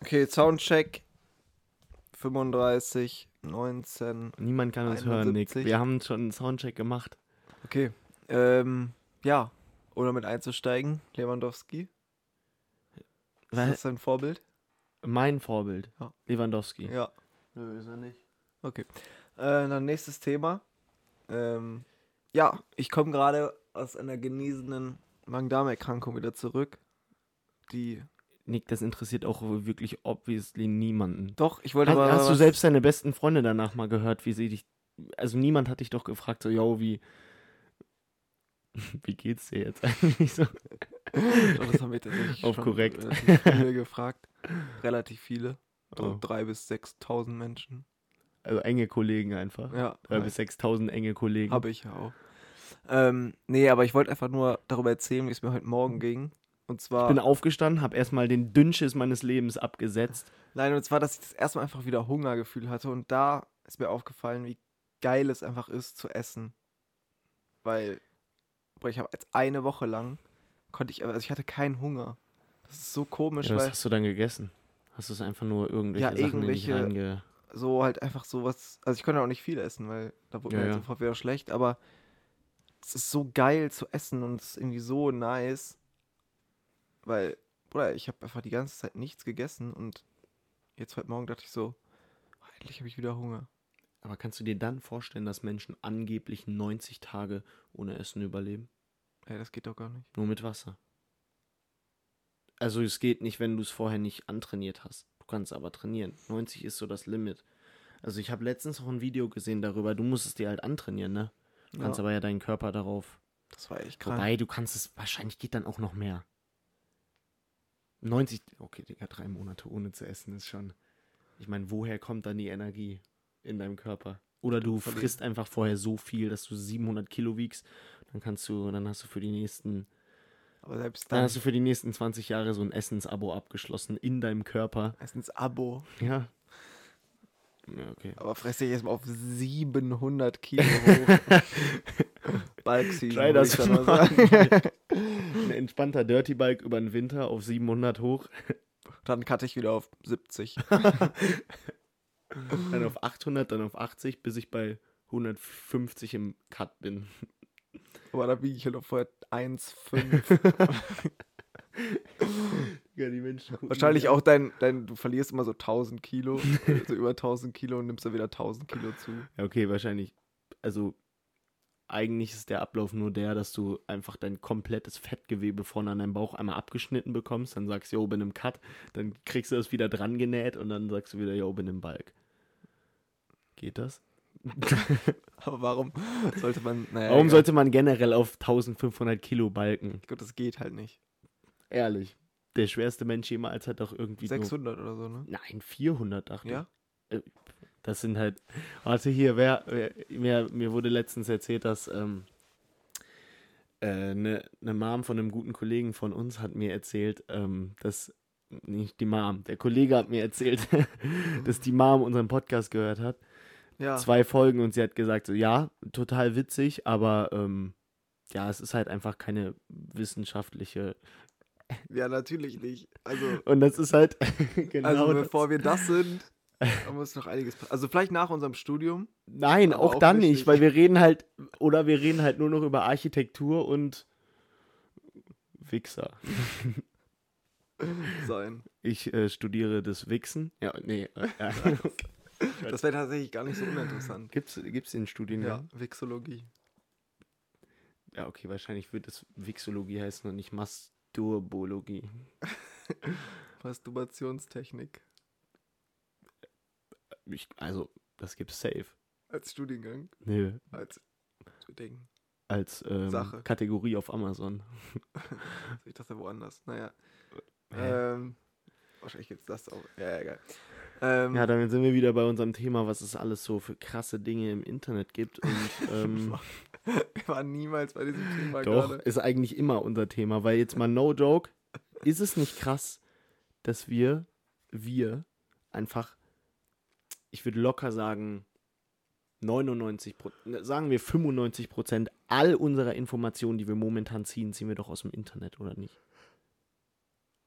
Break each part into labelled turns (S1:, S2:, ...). S1: Okay, Soundcheck 35, 19.
S2: Niemand kann uns hören, Nick.
S1: 71.
S2: Wir haben schon einen Soundcheck gemacht.
S1: Okay. Ähm, ja. Oder mit einzusteigen, Lewandowski. Ist
S2: Weil,
S1: das dein Vorbild?
S2: mein Vorbild,
S1: Ja.
S2: Lewandowski.
S1: Ja.
S2: Nö, ist er nicht.
S1: Okay. Äh, dann nächstes Thema. Ähm, ja, ich komme gerade aus einer genesenen Magen-Darm-Erkrankung wieder zurück. Die.
S2: Nick, das interessiert auch wirklich obviously niemanden.
S1: Doch, ich wollte
S2: Hast,
S1: aber.
S2: hast du
S1: was-
S2: selbst deine besten Freunde danach mal gehört, wie sie dich. Also niemand hat dich doch gefragt, so, yo, wie. Wie geht's dir jetzt eigentlich so?
S1: Doch, Oh, das haben wir tatsächlich
S2: Auf
S1: schon
S2: korrekt.
S1: relativ viele gefragt. Relativ viele. So
S2: Oh.
S1: Drei bis 6.000 Menschen.
S2: Also enge Kollegen einfach.
S1: Ja.
S2: Drei bis 6.000 enge Kollegen.
S1: Habe ich ja auch. Ähm, nee, aber ich wollte einfach nur darüber erzählen, wie es mir heute Morgen ging. Und
S2: Ich
S1: zwar,
S2: bin aufgestanden, habe erstmal den Dünnschiss meines Lebens abgesetzt.
S1: nein, und zwar, dass ich das erste Mal einfach wieder Hungergefühl hatte. Und da ist mir aufgefallen, wie geil es einfach ist zu essen. Weil, boah, ich habe jetzt eine Woche lang, konnte ich, also ich hatte keinen Hunger. Das ist so komisch,
S2: Ja, was
S1: weil
S2: hast du dann gegessen? Hast du es einfach nur irgendwelche
S1: Ja,
S2: Sachen irgendwelche...
S1: irgendwelche-
S2: in dich reinge...
S1: so halt einfach sowas, also ich konnte auch nicht viel essen, weil da wurde
S2: Ja,
S1: mir halt
S2: ja.
S1: sofort wieder schlecht, aber es ist so geil zu essen und es ist irgendwie so nice, weil, Bruder, ich habe einfach die ganze Zeit nichts gegessen und jetzt heute Morgen dachte ich so, "Oh, endlich habe ich wieder Hunger.
S2: Aber kannst du dir dann vorstellen, dass Menschen angeblich 90 Tage ohne Essen überleben?
S1: Ey, das geht doch gar nicht.
S2: Nur mit Wasser. Also es geht nicht, wenn du es vorher nicht antrainiert hast. Du kannst aber trainieren. 90 ist so das Limit. Also ich habe letztens auch ein Video gesehen darüber. Du musst es dir halt antrainieren, ne? Du kannst
S1: Ja,
S2: aber ja deinen Körper darauf.
S1: das war echt krank.
S2: Wobei, du kannst es, wahrscheinlich geht dann auch noch mehr. 90, okay, Digga, drei Monate ohne zu essen ist schon. Ich meine, woher kommt dann die Energie in deinem Körper? Oder du
S1: Von dem-
S2: frisst einfach vorher so viel, dass du 700 Kilo wiegst, dann kannst du, dann hast du für die nächsten
S1: aber selbst
S2: dann
S1: dann,
S2: hast du für die nächsten 20 Jahre so ein Essensabo abgeschlossen in deinem Körper.
S1: es ist ein Abo,
S2: Ja. Ja, okay.
S1: aber fresse ich erstmal auf 700 Kilo hoch. Bulk Season,
S2: Try
S1: würd
S2: das
S1: ich dann mal
S2: mal.
S1: sagen.
S2: Ein entspannter Dirty Bike über den Winter auf 700 hoch,
S1: Dann cutte ich wieder auf 70.
S2: dann auf 800, dann auf 80, bis ich bei 150 im Cut bin.
S1: Aber da wiege ich halt auch vorher 1,5.
S2: Ja, die Menschen
S1: Wahrscheinlich auch dein, dein, du verlierst immer so 1000 Kilo, so über 1000 Kilo und nimmst dann wieder 1000 Kilo zu.
S2: Ja, okay, wahrscheinlich. Also eigentlich ist der Ablauf nur der, dass du einfach dein komplettes Fettgewebe vorne an deinem Bauch einmal abgeschnitten bekommst, dann sagst du, yo, bin im Cut, dann kriegst du das wieder dran genäht und dann sagst du wieder, yo, bin im Balk. Geht das?
S1: Aber warum sollte man, naja.
S2: Warum
S1: egal.
S2: sollte man generell auf 1500 Kilo balken?
S1: Gut, das geht halt nicht.
S2: Ehrlich. Der schwerste Mensch jemals hat doch irgendwie nur-
S1: 600 oder so, ne?
S2: Nein, 400, dachte
S1: Ja?
S2: Das sind halt. Warte hier, wer, wer mir, mir wurde letztens erzählt, dass ähm, äh, ne, ne Mom von einem guten Kollegen von uns hat mir erzählt, ähm, dass nicht die Mom, der Kollege hat mir erzählt, dass die Mom unseren Podcast gehört hat,
S1: Ja.
S2: zwei Folgen und sie hat gesagt so ja, total witzig, aber ähm, ja, es ist halt einfach keine wissenschaftliche
S1: Ja, natürlich nicht. Also,
S2: und das ist halt genau
S1: also
S2: das.
S1: bevor wir das sind, da muss noch einiges passieren. Also vielleicht nach unserem Studium.
S2: Nein,
S1: Aber
S2: auch,
S1: auch
S2: dann
S1: nicht
S2: nicht,
S1: richtig.
S2: weil wir reden halt, oder wir reden halt nur noch über Architektur und Wichser.
S1: sein.
S2: Ich äh, studiere das Wichsen. Ja, nee. Äh, ja.
S1: Das wäre tatsächlich gar nicht so uninteressant.
S2: gibt's, gibt's den
S1: Ja,
S2: Studiengang?
S1: Vixologie.
S2: Ja. okay, wahrscheinlich wird es Wichsologie heißen und nicht Masturbologie.
S1: Masturbationstechnik
S2: Ich, also, das gibt's safe.
S1: als Studiengang,
S2: Nö,
S1: als Ding.
S2: als ähm,
S1: Sache.
S2: Kategorie auf Amazon.
S1: Ich dachte woanders. Naja.
S2: Hä?
S1: Ähm, wahrscheinlich gibt es das auch. Ja, egal. Ähm,
S2: Ja, damit sind wir wieder bei unserem Thema, was es alles so für krasse Dinge im Internet gibt. Und ähm,
S1: wir waren niemals bei diesem Thema
S2: Doch,
S1: gerade.
S2: ist eigentlich immer unser Thema, weil jetzt mal no joke, ist es nicht krass, dass wir, wir einfach, ich würde locker sagen, 99, Pro- ne, sagen wir 95 Prozent all unserer Informationen, die wir momentan ziehen, ziehen wir doch aus dem Internet, oder nicht?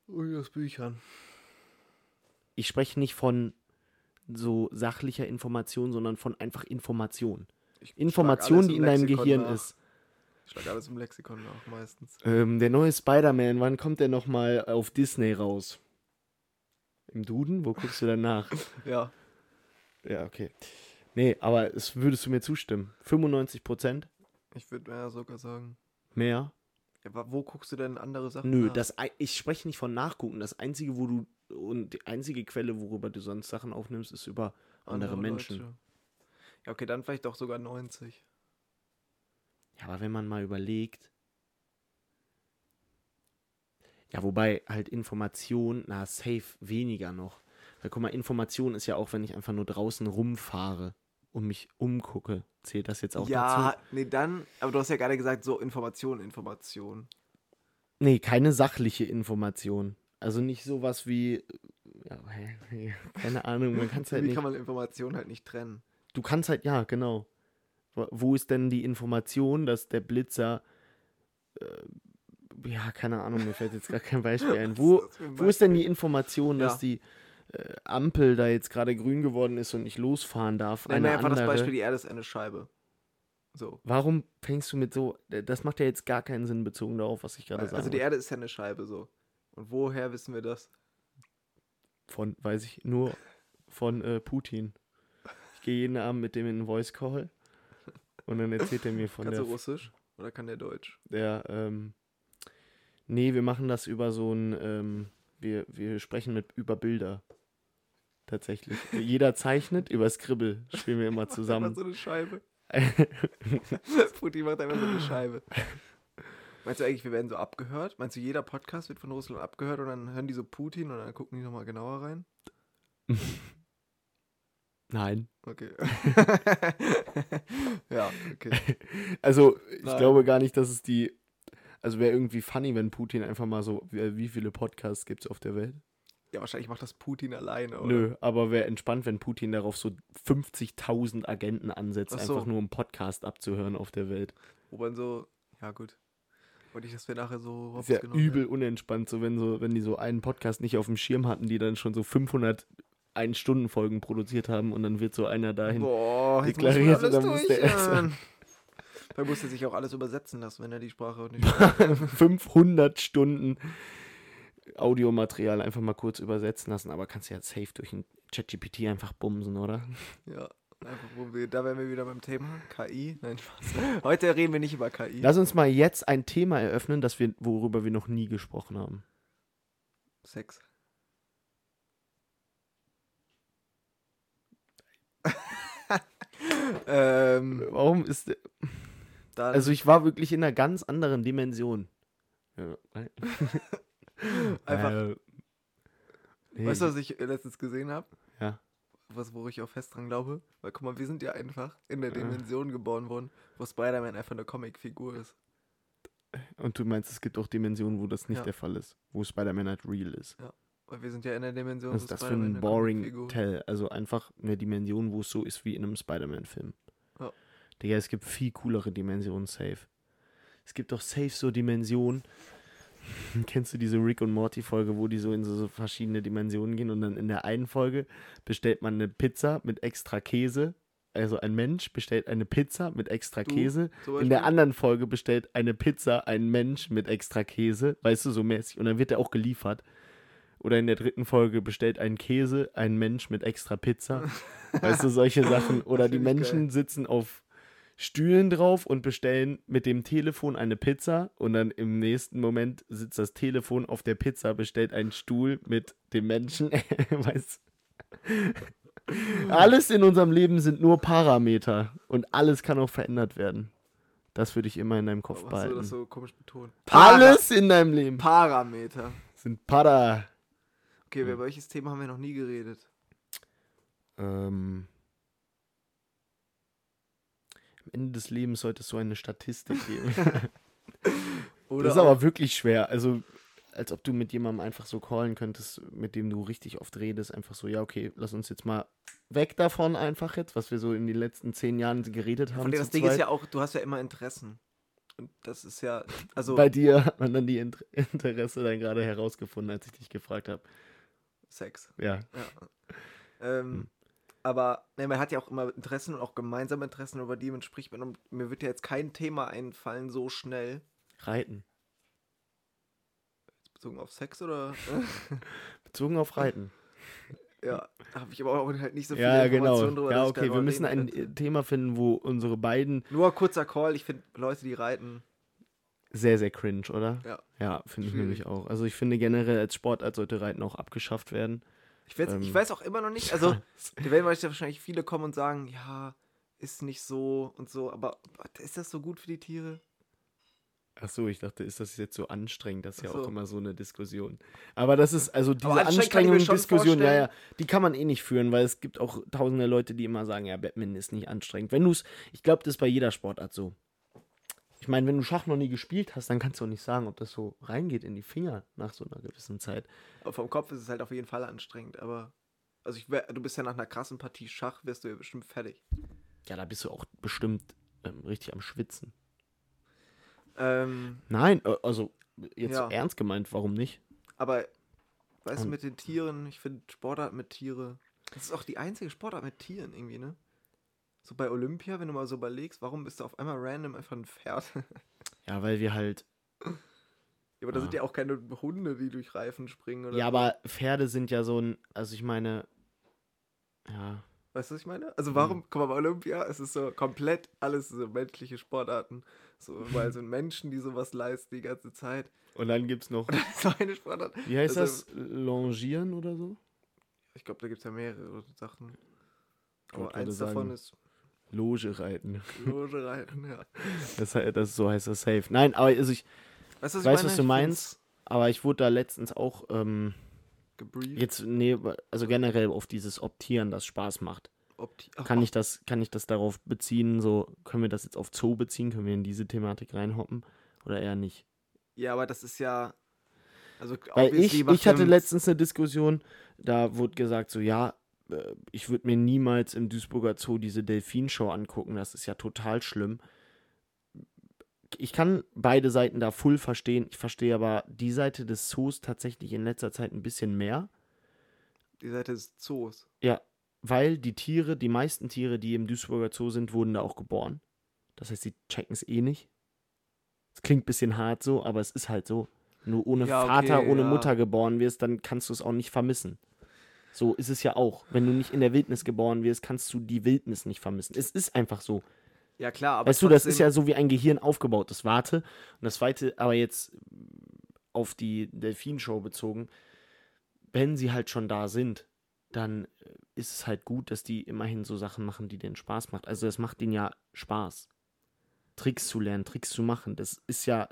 S1: Ui, aus Büchern.
S2: ich spreche nicht von so sachlicher Information, sondern von einfach Information.
S1: Ich
S2: Information,
S1: schlag alles
S2: die
S1: im
S2: in deinem
S1: Lexikon
S2: Gehirn
S1: nach.
S2: ist.
S1: Ich schlag alles im Lexikon nach meistens.
S2: Ähm, der neue Spider-Man, wann kommt der nochmal auf Disney raus? Im Duden? Wo guckst du dann nach?
S1: Ja.
S2: ja, okay. Nee, aber es würdest du mir zustimmen. 95 Prozent
S1: Ich würde ja sogar sagen.
S2: mehr.
S1: Ja, aber wo guckst du denn andere Sachen?
S2: Nö,
S1: nach?
S2: das, ei- ich spreche nicht von Nachgucken. Das einzige, wo du und die einzige Quelle, worüber du sonst Sachen aufnimmst, ist über andere, Menschen.
S1: Leute. Ja, okay, dann vielleicht doch sogar 90.
S2: Ja, aber wenn man mal überlegt. Ja, wobei halt Information, na, safe weniger noch. Weil guck mal, Information ist ja auch, wenn ich einfach nur draußen rumfahre und mich umgucke. Zählt das jetzt auch
S1: ja,
S2: dazu?
S1: nee, dann. Aber du hast ja gerade gesagt, so Information, Information.
S2: Nee, keine sachliche Information. Also nicht sowas wie. Ja, hä, hä, keine Ahnung, man kann es halt
S1: Wie
S2: nicht.
S1: kann man Information halt nicht trennen?
S2: du kannst halt, ja, genau. Wo- Wo ist denn die Information, dass der Blitzer, äh, ja, keine Ahnung, mir fällt jetzt gar kein Beispiel ein. Wo, wo ist denn die Information, dass
S1: Ja.
S2: die äh, Ampel da jetzt gerade grün geworden ist und ich losfahren darf?
S1: Nehmen
S2: Eine
S1: wir einfach
S2: andere.
S1: das Beispiel, die Erde ist eine Scheibe. So.
S2: Warum fängst du mit so, äh, das macht ja jetzt gar keinen Sinn bezogen darauf, was ich gerade sage.
S1: Also die Erde ist ja eine Scheibe so. Und woher wissen wir das?
S2: Von, weiß ich, nur von äh, Putin. Ich gehe jeden Abend mit dem in einen Voice Call und dann erzählt er mir von
S1: Kannst du
S2: der
S1: Russisch oder kann der Deutsch?
S2: der, ähm, nee, wir machen das über so ein, ähm, wir, wir sprechen mit über Bilder. Tatsächlich. Jeder zeichnet, über Scribble spielen wir immer
S1: Einfach
S2: zusammen.
S1: so eine Scheibe. Putin macht einfach so eine Scheibe. Meinst du eigentlich, wir werden so abgehört? Meinst du, jeder Podcast wird von Russland abgehört und dann hören die so Putin und dann gucken die nochmal genauer rein?
S2: Nein.
S1: Okay. ja, okay.
S2: Also, ich
S1: Nein.
S2: glaube gar nicht, dass es die. Also wäre irgendwie funny, wenn Putin einfach mal so, wie wie viele Podcasts gibt es auf der Welt?
S1: Ja, wahrscheinlich macht das Putin alleine, oder?
S2: Nö, aber wäre entspannt, wenn Putin darauf so 50.000 Agenten ansetzt,
S1: Ach so.
S2: einfach nur um Podcast abzuhören auf der Welt.
S1: Wo man so, ja gut. Und ich, dass wir nachher so
S2: ist ja
S1: hops genommen
S2: übel unentspannt, so wenn, so wenn die so einen Podcast nicht auf dem Schirm hatten, die dann schon so 500 Ein-Stunden-Folgen produziert haben und dann wird so einer
S1: werden.
S2: dahin.
S1: Boah, jetzt muss
S2: deklariert
S1: man
S2: und dann muss
S1: alles
S2: der
S1: durchhören. Dann muss er sich auch alles übersetzen lassen, wenn er die Sprache nicht
S2: 500 Stunden Audiomaterial einfach mal kurz übersetzen lassen, aber kannst ja safe durch ein ChatGPT einfach bumsen, oder?
S1: Ja, einfach, wo wir, da wären wir wieder beim Thema KI. Nein, Spaß. Heute reden wir nicht über KI.
S2: Lass uns mal jetzt ein Thema eröffnen, das wir, worüber wir noch nie gesprochen haben.
S1: Sex. ähm,
S2: Warum ist.
S1: dann,
S2: Also, ich war wirklich in einer ganz anderen Dimension. Ja, nein.
S1: Einfach-
S2: Äh, nee,
S1: weißt du, was ich letztens gesehen habe?
S2: Ja.
S1: Was, wo ich auch fest dran glaube? Weil guck mal, wir sind ja einfach in der
S2: Ja.
S1: Dimension geboren worden, wo Spider-Man einfach eine Comicfigur ist.
S2: Und du meinst, es gibt auch Dimensionen, wo das nicht
S1: Ja.
S2: der Fall ist, wo Spider-Man halt real ist.
S1: Weil wir sind ja in der Dimension,
S2: Was ist das für ein
S1: eine
S2: boring
S1: Comicfigur-
S2: Tell? Also einfach eine Dimension, wo es so ist wie in einem Spider-Man-Film.
S1: Ja.
S2: Digga, es gibt viel coolere Dimensionen safe. Es gibt doch safe so Dimensionen. Kennst du diese Rick und Morty-Folge, wo die so in so, so verschiedene Dimensionen gehen und dann in der einen Folge bestellt man eine Pizza mit extra Käse. Also ein Mensch bestellt eine Pizza mit extra
S1: Du?
S2: Käse.
S1: Zum
S2: In der
S1: Beispiel?
S2: anderen Folge bestellt eine Pizza ein Mensch mit extra Käse, weißt du, so mäßig. Und dann wird er auch geliefert. Oder in der dritten Folge bestellt ein Käse ein Mensch mit extra Pizza. Weißt du, solche Sachen. Oder die
S1: find ich
S2: Menschen sitzen auf Stühlen drauf und bestellen mit dem Telefon eine Pizza. Und dann im nächsten Moment sitzt das Telefon auf der Pizza, bestellt einen Stuhl mit dem Menschen. weißt
S1: Mhm.
S2: du? Alles in unserem Leben sind nur Parameter. Und alles kann auch verändert werden. Das würde ich immer in deinem Kopf
S1: Warum hast du
S2: behalten.
S1: das so komisch betont?
S2: Alles in deinem Leben
S1: Parameter.
S2: sind Para.
S1: Okay,
S2: Hm.
S1: über welches Thema haben wir noch nie geredet?
S2: Ähm, am Ende des Lebens sollte es so eine Statistik geben.
S1: Oder
S2: das ist
S1: auch-
S2: aber wirklich schwer. Also, als ob du mit jemandem einfach so callen könntest, mit dem du richtig oft redest, einfach so, ja, okay, lass uns jetzt mal weg davon einfach jetzt, was wir so in den letzten zehn Jahren geredet haben.
S1: Und das
S2: zu
S1: Ding ist
S2: zweit.
S1: ja auch, du hast ja immer Interessen. Und das ist ja, also
S2: Bei dir hat man dann die Inter Interesse dann gerade herausgefunden, als ich dich gefragt habe.
S1: Sex.
S2: Ja.
S1: Ähm,
S2: Hm.
S1: Aber ne, man hat ja auch immer Interessen und auch gemeinsame Interessen, über die man spricht. Man, und mir wird ja jetzt kein Thema einfallen, so schnell.
S2: Reiten.
S1: Bezogen auf Sex oder?
S2: Bezogen auf Reiten.
S1: ja, habe ich aber auch halt nicht so viele
S2: ja, genau.
S1: Informationen drüber.
S2: Ja,
S1: dass ich
S2: okay.
S1: darüber
S2: Wir müssen
S1: reden
S2: ein
S1: könnte.
S2: Thema finden, wo unsere beiden
S1: Nur kurzer Call. Ich finde Leute, die reiten.
S2: sehr, sehr cringe, oder?
S1: Ja. Hm.
S2: Ja, finde ich
S1: Schwierig.
S2: nämlich auch. Also ich finde generell als Sportart sollte Reiten auch abgeschafft werden.
S1: Ich, weiß- ich
S2: Ähm.
S1: weiß auch immer noch nicht. Also, da werden wahrscheinlich viele kommen und sagen: Ja, ist nicht so und so. Aber ist das so gut für die Tiere?
S2: Ach so, ich dachte, ist das jetzt so anstrengend? Das ist ja
S1: Ach so.
S2: auch immer so eine Diskussion. Aber das ist, also diese
S1: anstrengend kann ich mir
S2: Anstrengung,
S1: schon
S2: Diskussion, ja,
S1: vorstellen.
S2: ja, die kann man eh nicht führen, weil es gibt auch tausende Leute, die immer sagen, ja, Batman ist nicht anstrengend. Wenn du es, ich glaube, das ist bei jeder Sportart so. Ich meine, wenn du Schach noch nie gespielt hast, dann kannst du auch nicht sagen, ob das so reingeht in die Finger nach so einer gewissen Zeit.
S1: Aber vom Kopf ist es halt auf jeden Fall anstrengend, aber. Also ich wär, du bist ja nach einer krassen Partie Schach, wirst du ja bestimmt fertig.
S2: Ja, da bist du auch bestimmt ähm, richtig am Schwitzen.
S1: Ähm,
S2: Nein, äh, also jetzt
S1: Ja.
S2: ernst gemeint, warum nicht?
S1: aber weißt du,
S2: Und-
S1: mit den Tieren, ich finde Sportart mit Tiere. Das ist auch die einzige Sportart mit Tieren irgendwie, ne? So bei Olympia, wenn du mal so überlegst, warum bist du auf einmal random einfach ein Pferd? ja,
S2: Ja, weil wir halt
S1: aber da sind
S2: Ah.
S1: ja auch keine Hunde, die durch Reifen springen oder
S2: Ja,
S1: so.
S2: aber Pferde sind ja so ein, also ich meine, ja,
S1: Weißt du, was ich meine? Also warum,
S2: Mhm.
S1: guck mal, bei Olympia, es ist so komplett alles so menschliche Sportarten. So, weil so Menschen, die sowas leisten die ganze Zeit.
S2: und dann gibt's noch,
S1: Und das ist so eine Sportart.
S2: wie heißt
S1: Also-
S2: das, Longieren oder so?
S1: Ich glaube, da gibt es ja mehrere Sachen.
S2: Ich
S1: Aber
S2: würde
S1: eins
S2: sagen,
S1: davon ist
S2: Loge reiten.
S1: Loge reiten, ja.
S2: Das, he- das, so heißt das safe. Nein, aber, also ich,
S1: Weißt du,
S2: Weißt du, was du
S1: Ich
S2: meinst?
S1: find's
S2: aber ich wurde da letztens auch, ähm,
S1: Gebrieft.
S2: jetzt, nee, also generell auf dieses Optieren, das Spaß macht.
S1: ob die, ach, oh.
S2: Kann ich das, kann ich das darauf beziehen, so, können wir das jetzt auf Zoo beziehen, können wir in diese Thematik reinhoppen oder eher nicht?
S1: Ja, aber das ist ja. Also,
S2: Weil
S1: obviously
S2: ich,
S1: macht
S2: ich hatte
S1: dem-
S2: letztens eine Diskussion, da wurde gesagt, so ja, äh, ich würde mir niemals im Duisburger Zoo diese Delfinshow angucken, das ist ja total schlimm. Ich kann beide Seiten da full verstehen, ich verstehe aber die Seite des Zoos tatsächlich in letzter Zeit ein bisschen mehr,
S1: Die Seite des Zoos.
S2: weil die Tiere, die meisten Tiere, die im Duisburger Zoo sind, wurden da auch geboren. Das heißt, sie checken es eh nicht. Es klingt ein bisschen hart so, aber es ist halt so. Wenn du ohne
S1: Ja, okay,
S2: Vater, ohne
S1: ja.
S2: Mutter geboren wirst, dann kannst du es auch nicht vermissen. So ist es ja auch. Wenn du nicht in der Wildnis geboren wirst, kannst du die Wildnis nicht vermissen. Es ist einfach so.
S1: Ja, klar, aber.
S2: weißt du, das
S1: trotzdem-
S2: ist ja so wie ein Gehirn aufgebaut. Das Warte. Und das Zweite, aber jetzt auf die Delfinshow bezogen, wenn sie halt schon da sind, dann äh, ist es halt gut, dass die immerhin so Sachen machen, die denen Spaß macht. Also es macht denen ja Spaß. Tricks zu lernen, Tricks zu machen, das ist ja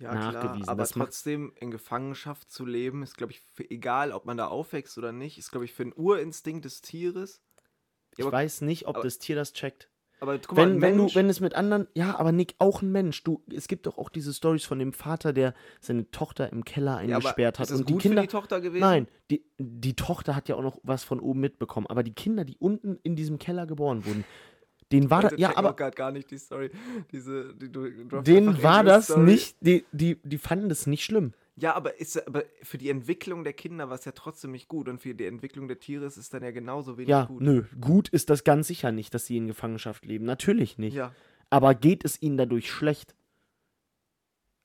S1: ja,
S2: nachgewiesen,
S1: Klar, aber
S2: das macht-
S1: trotzdem in Gefangenschaft zu leben, ist, glaube ich, für, egal, ob man da aufwächst oder nicht, ist, glaube ich, für den Urinstinkt des Tieres.
S2: Ich
S1: Ja, aber-
S2: weiß nicht, ob
S1: aber-
S2: das Tier das checkt.
S1: Aber guck mal,
S2: Wenn,
S1: ein
S2: wenn du,
S1: Mensch-
S2: wenn es mit anderen, ja, aber Nick, auch ein Mensch. Du, es gibt doch auch diese Stories von dem Vater, der seine Tochter im Keller
S1: ja, aber
S2: eingesperrt hat
S1: Ist das
S2: und
S1: gut
S2: die Kinder.
S1: für die Tochter gewesen?
S2: nein, die, die Tochter hat ja auch noch was von oben mitbekommen, aber die Kinder, die unten in diesem Keller geboren wurden, denen war das,
S1: Leute
S2: ja,
S1: checken auch
S2: aber
S1: grad gar nicht die Story. Diese, die, du, du
S2: denen
S1: einfach
S2: war
S1: irgendeine
S2: das
S1: Story.
S2: nicht, die, die, die fanden das nicht schlimm.
S1: Ja, aber, ist, ja- aber für die Entwicklung der Kinder war es ja trotzdem nicht gut. Und für die Entwicklung der Tiere ist es dann ja genauso wenig
S2: Ja,
S1: gut.
S2: nö, gut ist das ganz sicher nicht, dass sie in Gefangenschaft leben, natürlich nicht.
S1: Ja,
S2: Aber geht es ihnen dadurch schlecht?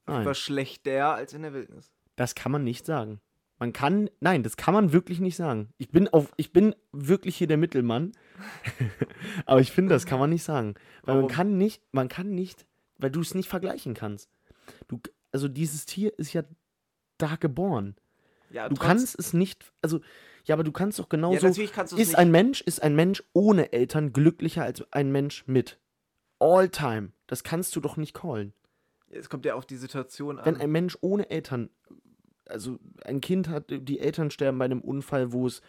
S2: Nein.
S1: war schlechter als in der Wildnis.
S2: Das kann man nicht sagen. Man kann, nein, das kann man wirklich nicht sagen. Ich bin auf, ich bin wirklich hier der Mittelmann. Aber ich finde, das kann man nicht sagen. Weil
S1: Warum?
S2: man kann nicht, man kann nicht, weil du es nicht vergleichen kannst. Du, also dieses Tier ist ja da geboren.
S1: Ja,
S2: Du
S1: trotz-
S2: kannst es nicht, also, ja, aber du kannst doch
S1: ja,
S2: genauso.
S1: natürlich kannst du es
S2: ist
S1: nicht.
S2: ein Mensch, ist ein Mensch ohne Eltern glücklicher als ein Mensch mit. All time. Das kannst du doch nicht callen.
S1: es kommt ja auf die Situation
S2: Wenn
S1: an.
S2: ein Mensch ohne Eltern, also ein Kind hat, die Eltern sterben bei einem Unfall, wo es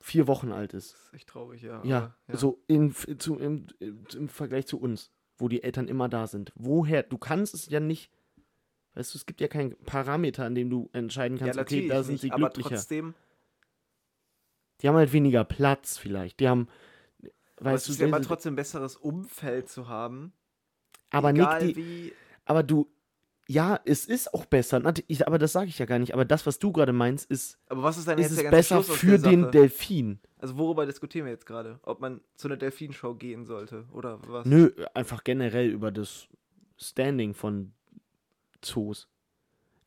S2: vier Wochen alt ist.
S1: das ist echt traurig, ja.
S2: Ja,
S1: aber, Äh, ja.
S2: so in, zu, im, im Vergleich zu uns, wo die Eltern immer da sind. Woher? Du kannst es ja nicht. Weißt du, es gibt ja keinen Parameter, an dem du entscheiden
S1: ja
S2: kannst, okay,
S1: natürlich
S2: da sind
S1: nicht,
S2: sie
S1: aber
S2: glücklicher.
S1: trotzdem,
S2: Die haben halt weniger Platz vielleicht. Die haben,
S1: aber es
S2: weißt du,
S1: ist ja immer
S2: diese-
S1: trotzdem besseres Umfeld zu haben.
S2: aber,
S1: egal
S2: nicht die,
S1: wie.
S2: aber du, ja, es ist auch besser, nat- ich- aber das sage ich ja gar nicht. Aber das, was du gerade meinst, ist,
S1: Aber was ist denn
S2: ist
S1: jetzt der
S2: es
S1: ganze
S2: besser
S1: Schluss aus
S2: für
S1: der
S2: den
S1: Sache?
S2: Delfin.
S1: Also worüber diskutieren wir jetzt gerade? Ob man zu einer Delfinshow gehen sollte oder was?
S2: Nö, einfach generell über das Standing von Zoos.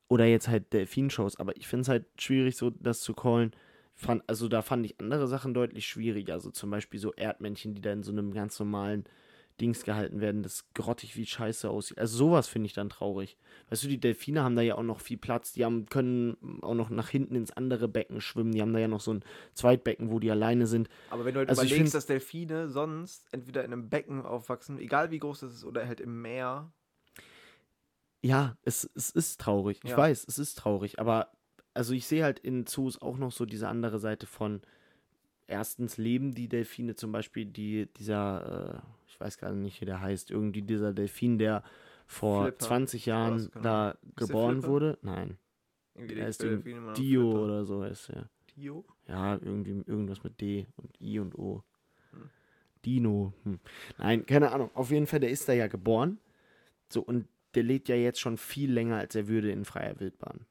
S2: Oder jetzt halt Delfinshows. Aber ich finde es halt schwierig, so das zu callen. Fand, also da fand ich andere Sachen deutlich schwieriger. Also zum Beispiel so Erdmännchen, die da in so einem ganz normalen Dings gehalten werden, das grottig wie Scheiße aussieht. Also sowas finde ich dann traurig. Weißt du, die Delfine haben da ja auch noch viel Platz. Die haben, können auch noch nach hinten ins andere Becken schwimmen. Die haben da ja noch so ein Zweitbecken, wo die alleine sind.
S1: Aber wenn du halt
S2: Also ich
S1: überlegst,
S2: find-
S1: dass Delfine sonst entweder in einem Becken aufwachsen, egal wie groß es ist, oder halt im Meer.
S2: Ja, es, es ist traurig. Ich
S1: Ja.
S2: weiß, es ist traurig. Aber also ich sehe halt in Zoos auch noch so diese andere Seite von, erstens leben die Delfine zum Beispiel, die, dieser, äh, ich weiß gar nicht, wie der heißt, irgendwie dieser Delfin, der vor
S1: Flipper.
S2: 20
S1: Oder so,
S2: Jahren
S1: keine
S2: da
S1: der
S2: geboren
S1: Flipper?
S2: wurde. Nein,
S1: Irgendwie
S2: Da
S1: die
S2: ist dem
S1: Delfine immer noch
S2: Dio
S1: Flipper.
S2: oder so ist er.
S1: Dio?
S2: Ja, irgendwie irgendwas mit D und I und O.
S1: Hm.
S2: Dino. Hm. Nein, keine Ahnung. Auf jeden Fall, der ist da ja geboren. So, und der lebt ja jetzt schon viel länger, als er würde in freier Wildbahn.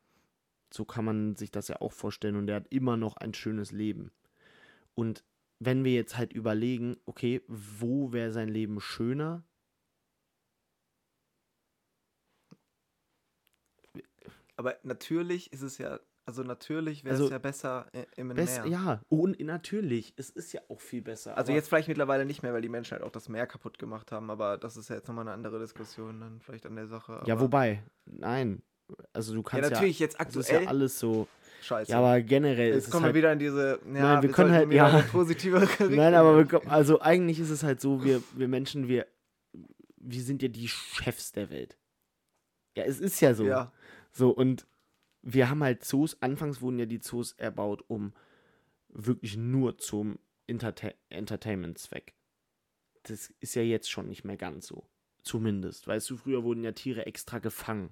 S2: So kann man sich das ja auch vorstellen. Und der hat immer noch ein schönes Leben. Und wenn wir jetzt halt überlegen, okay, wo wäre sein Leben schöner?
S1: Aber natürlich ist es ja, also natürlich wäre es
S2: Also,
S1: ja besser i- im
S2: Best,
S1: Meer.
S2: ja, und natürlich, es ist ja auch viel besser.
S1: Also
S2: aber-
S1: jetzt vielleicht mittlerweile nicht mehr, weil die Menschen halt auch das Meer kaputt gemacht haben, aber das ist ja jetzt nochmal eine andere Diskussion dann vielleicht an der Sache. Aber
S2: Ja, wobei, nein. Also du
S1: Ja,
S2: kannst ja, also
S1: natürlich, jetzt
S2: es ist ja
S1: aktuell.
S2: alles so.
S1: scheiße.
S2: Ja, aber generell
S1: Also
S2: ist
S1: jetzt
S2: es
S1: kommen
S2: halt
S1: wir wieder in diese. Ja,
S2: wir können
S1: sollten
S2: halt-
S1: wieder
S2: ja.
S1: eine positivere
S2: Nein,
S1: Richtung
S2: aber wir,
S1: gehen.
S2: kommen- also eigentlich ist es halt so, wir, wir Menschen, wir, wir sind ja die Chefs der Welt. Ja, es ist ja so.
S1: Ja,
S2: So, und wir haben halt Zoos, anfangs wurden ja die Zoos erbaut, um wirklich nur zum Enterte Entertainment-Zweck. Das ist ja jetzt schon nicht mehr ganz so. Zumindest. Weißt du, früher wurden ja Tiere extra gefangen.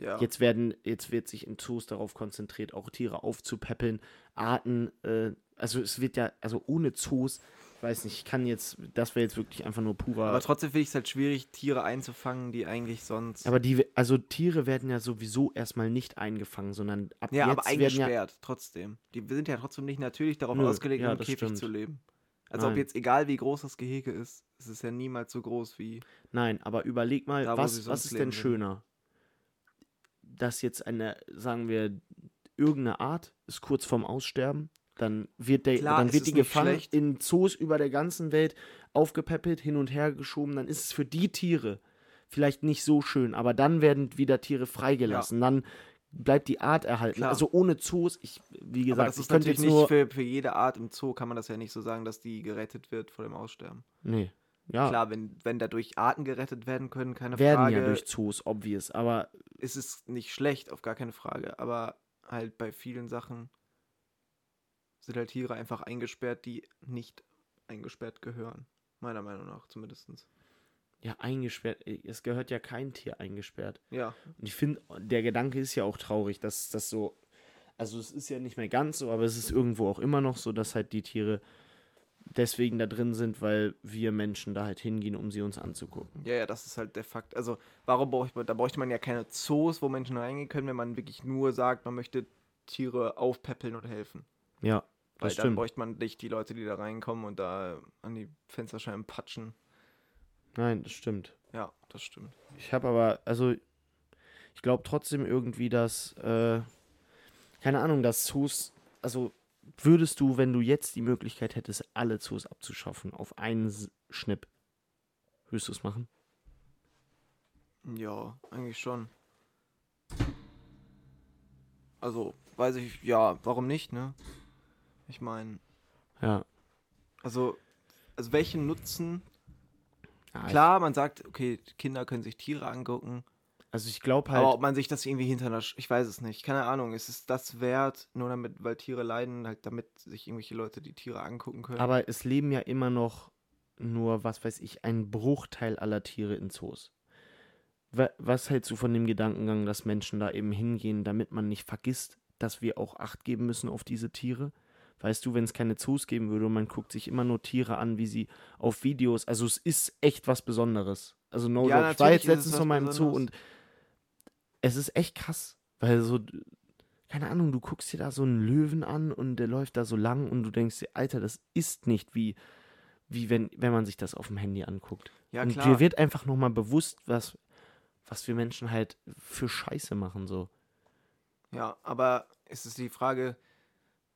S1: ja.
S2: Jetzt werden, jetzt wird sich in Zoos darauf konzentriert, auch Tiere aufzupäppeln, Arten, äh, also es wird ja, also ohne Zoos, ich weiß nicht, ich kann jetzt, das wäre jetzt wirklich einfach nur purer.
S1: aber trotzdem finde ich es halt schwierig, Tiere einzufangen, die eigentlich sonst.
S2: aber die, also Tiere werden ja sowieso erstmal nicht eingefangen, sondern ab
S1: ja,
S2: jetzt
S1: aber
S2: werden ja,
S1: eingesperrt, trotzdem. Die sind ja trotzdem nicht natürlich darauf
S2: Nö,
S1: ausgelegt,
S2: ja,
S1: in einem
S2: das
S1: Käfig
S2: stimmt.
S1: zu leben. Als ob
S2: Nein.
S1: jetzt, egal wie groß das Gehege ist, es ist ja niemals so groß wie.
S2: nein, aber überleg mal,
S1: Da, wo sie
S2: was,
S1: sonst
S2: was ist denn
S1: leben würden.
S2: schöner? Dass jetzt eine, sagen wir, irgendeine Art ist kurz vorm Aussterben, dann wird, der,
S1: Klar,
S2: dann
S1: es
S2: wird
S1: ist
S2: die
S1: nicht
S2: gefangen
S1: schlecht.
S2: in Zoos über der ganzen Welt aufgepäppelt, hin und her geschoben, dann ist es für die Tiere vielleicht nicht so schön, aber dann werden wieder Tiere freigelassen, dann bleibt die Art erhalten.
S1: Klar.
S2: Also ohne Zoos, ich, wie
S1: Aber
S2: gesagt,
S1: das
S2: ich
S1: ist
S2: könnte
S1: natürlich
S2: jetzt
S1: nicht
S2: nur...
S1: für, für jede Art im Zoo, kann man das ja nicht so sagen, dass die gerettet wird vor dem Aussterben.
S2: Nee, ja,
S1: Klar, wenn, wenn dadurch Arten gerettet werden können, keine
S2: Ah. werden
S1: Frage,
S2: ja durch Zoos, obvious, aber
S1: ist es nicht schlecht, auf gar keine Frage. Aber halt bei vielen Sachen sind halt Tiere einfach eingesperrt, die nicht eingesperrt gehören. Meiner Meinung nach zumindest.
S2: ja, eingesperrt, Äh, es gehört ja kein Tier eingesperrt.
S1: Ja,
S2: Und ich finde, der Gedanke ist ja auch traurig, dass das so. Also es ist ja nicht mehr ganz so, aber es ist irgendwo auch immer noch so, dass halt die Tiere deswegen da drin sind, weil wir Menschen da halt hingehen, um sie uns anzugucken.
S1: ja, ja, das ist halt der Fakt. Also, warum bräuchte man, da bräuchte man ja keine Zoos, wo Menschen reingehen können, wenn man wirklich nur sagt, man möchte Tiere aufpäppeln und helfen.
S2: Ja,
S1: Weil
S2: das
S1: dann
S2: stimmt.
S1: bräuchte man nicht die Leute, die da reinkommen und da an die Fensterscheiben patschen.
S2: Nein, das stimmt.
S1: Ja, das stimmt.
S2: Ich habe aber, also, ich glaube trotzdem irgendwie, dass, äh, keine Ahnung, dass Zoos, also würdest du, wenn du jetzt die Möglichkeit hättest, alle Zoos abzuschaffen, auf einen S- Schnipp, würdest du es machen?
S1: Ja, eigentlich schon. Also, weiß ich, ja, warum nicht, ne? Ich meine,
S2: Ja.
S1: also, also welchen Nutzen?
S2: Ah, ich-
S1: Klar, man sagt, okay, Kinder können sich Tiere angucken,
S2: Also ich glaube halt,
S1: aber ob man sich das irgendwie hinter einer, Sch- ich weiß es nicht, keine Ahnung, ist es das wert, nur damit, weil Tiere leiden, halt damit sich irgendwelche Leute die Tiere angucken können?
S2: aber es leben ja immer noch nur, was weiß ich, ein Bruchteil aller Tiere in Zoos. Wa- Was hältst du von dem Gedankengang, dass Menschen da eben hingehen, damit man nicht vergisst, dass wir auch Acht geben müssen auf diese Tiere? Weißt du, wenn es keine Zoos geben würde und man guckt sich immer nur Tiere an, wie sie auf Videos, also es ist echt was Besonderes. Also no
S1: Ja,
S2: joke. Ich war
S1: natürlich
S2: jetzt
S1: ist es
S2: letztens
S1: was
S2: von meinem Zoo
S1: Besonderes.
S2: und es ist echt krass, weil so, keine Ahnung, du guckst dir da so einen Löwen an und der läuft da so lang und du denkst dir, Alter, das ist nicht wie, wie wenn, wenn man sich das auf dem Handy anguckt.
S1: Ja,
S2: und dir wird einfach nochmal bewusst, was, was wir Menschen halt für Scheiße machen, so.
S1: Ja, aber ist es die Frage,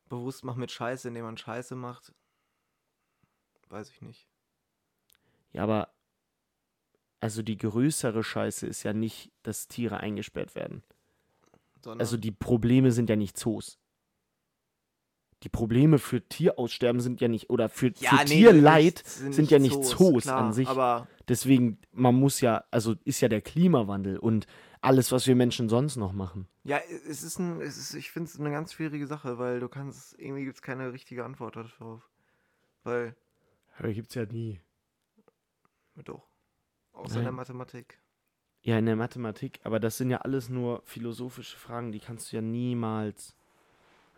S1: bewusst macht mit Scheiße, indem man Scheiße macht? Weiß ich nicht.
S2: Ja, aber also die größere Scheiße ist ja nicht, dass Tiere eingesperrt werden.
S1: Sondern,
S2: Also die Probleme sind ja nicht Zoos. Die Probleme für Tieraussterben sind ja nicht, oder für, für
S1: nee,
S2: Tierleid
S1: nicht-
S2: sind ja nicht Zoos an sich.
S1: Aber
S2: Deswegen, man muss ja, also ist ja der Klimawandel und alles, was wir Menschen sonst noch machen.
S1: ja, es ist ein, es ist, ich finde es eine ganz schwierige Sache, weil du kannst, irgendwie gibt es keine richtige Antwort darauf. Weil,
S2: Aber gibt's ja nie.
S1: doch. Außer
S2: Nein.
S1: der Mathematik.
S2: Ja, in der Mathematik, aber das sind ja alles nur philosophische Fragen, die kannst du ja niemals,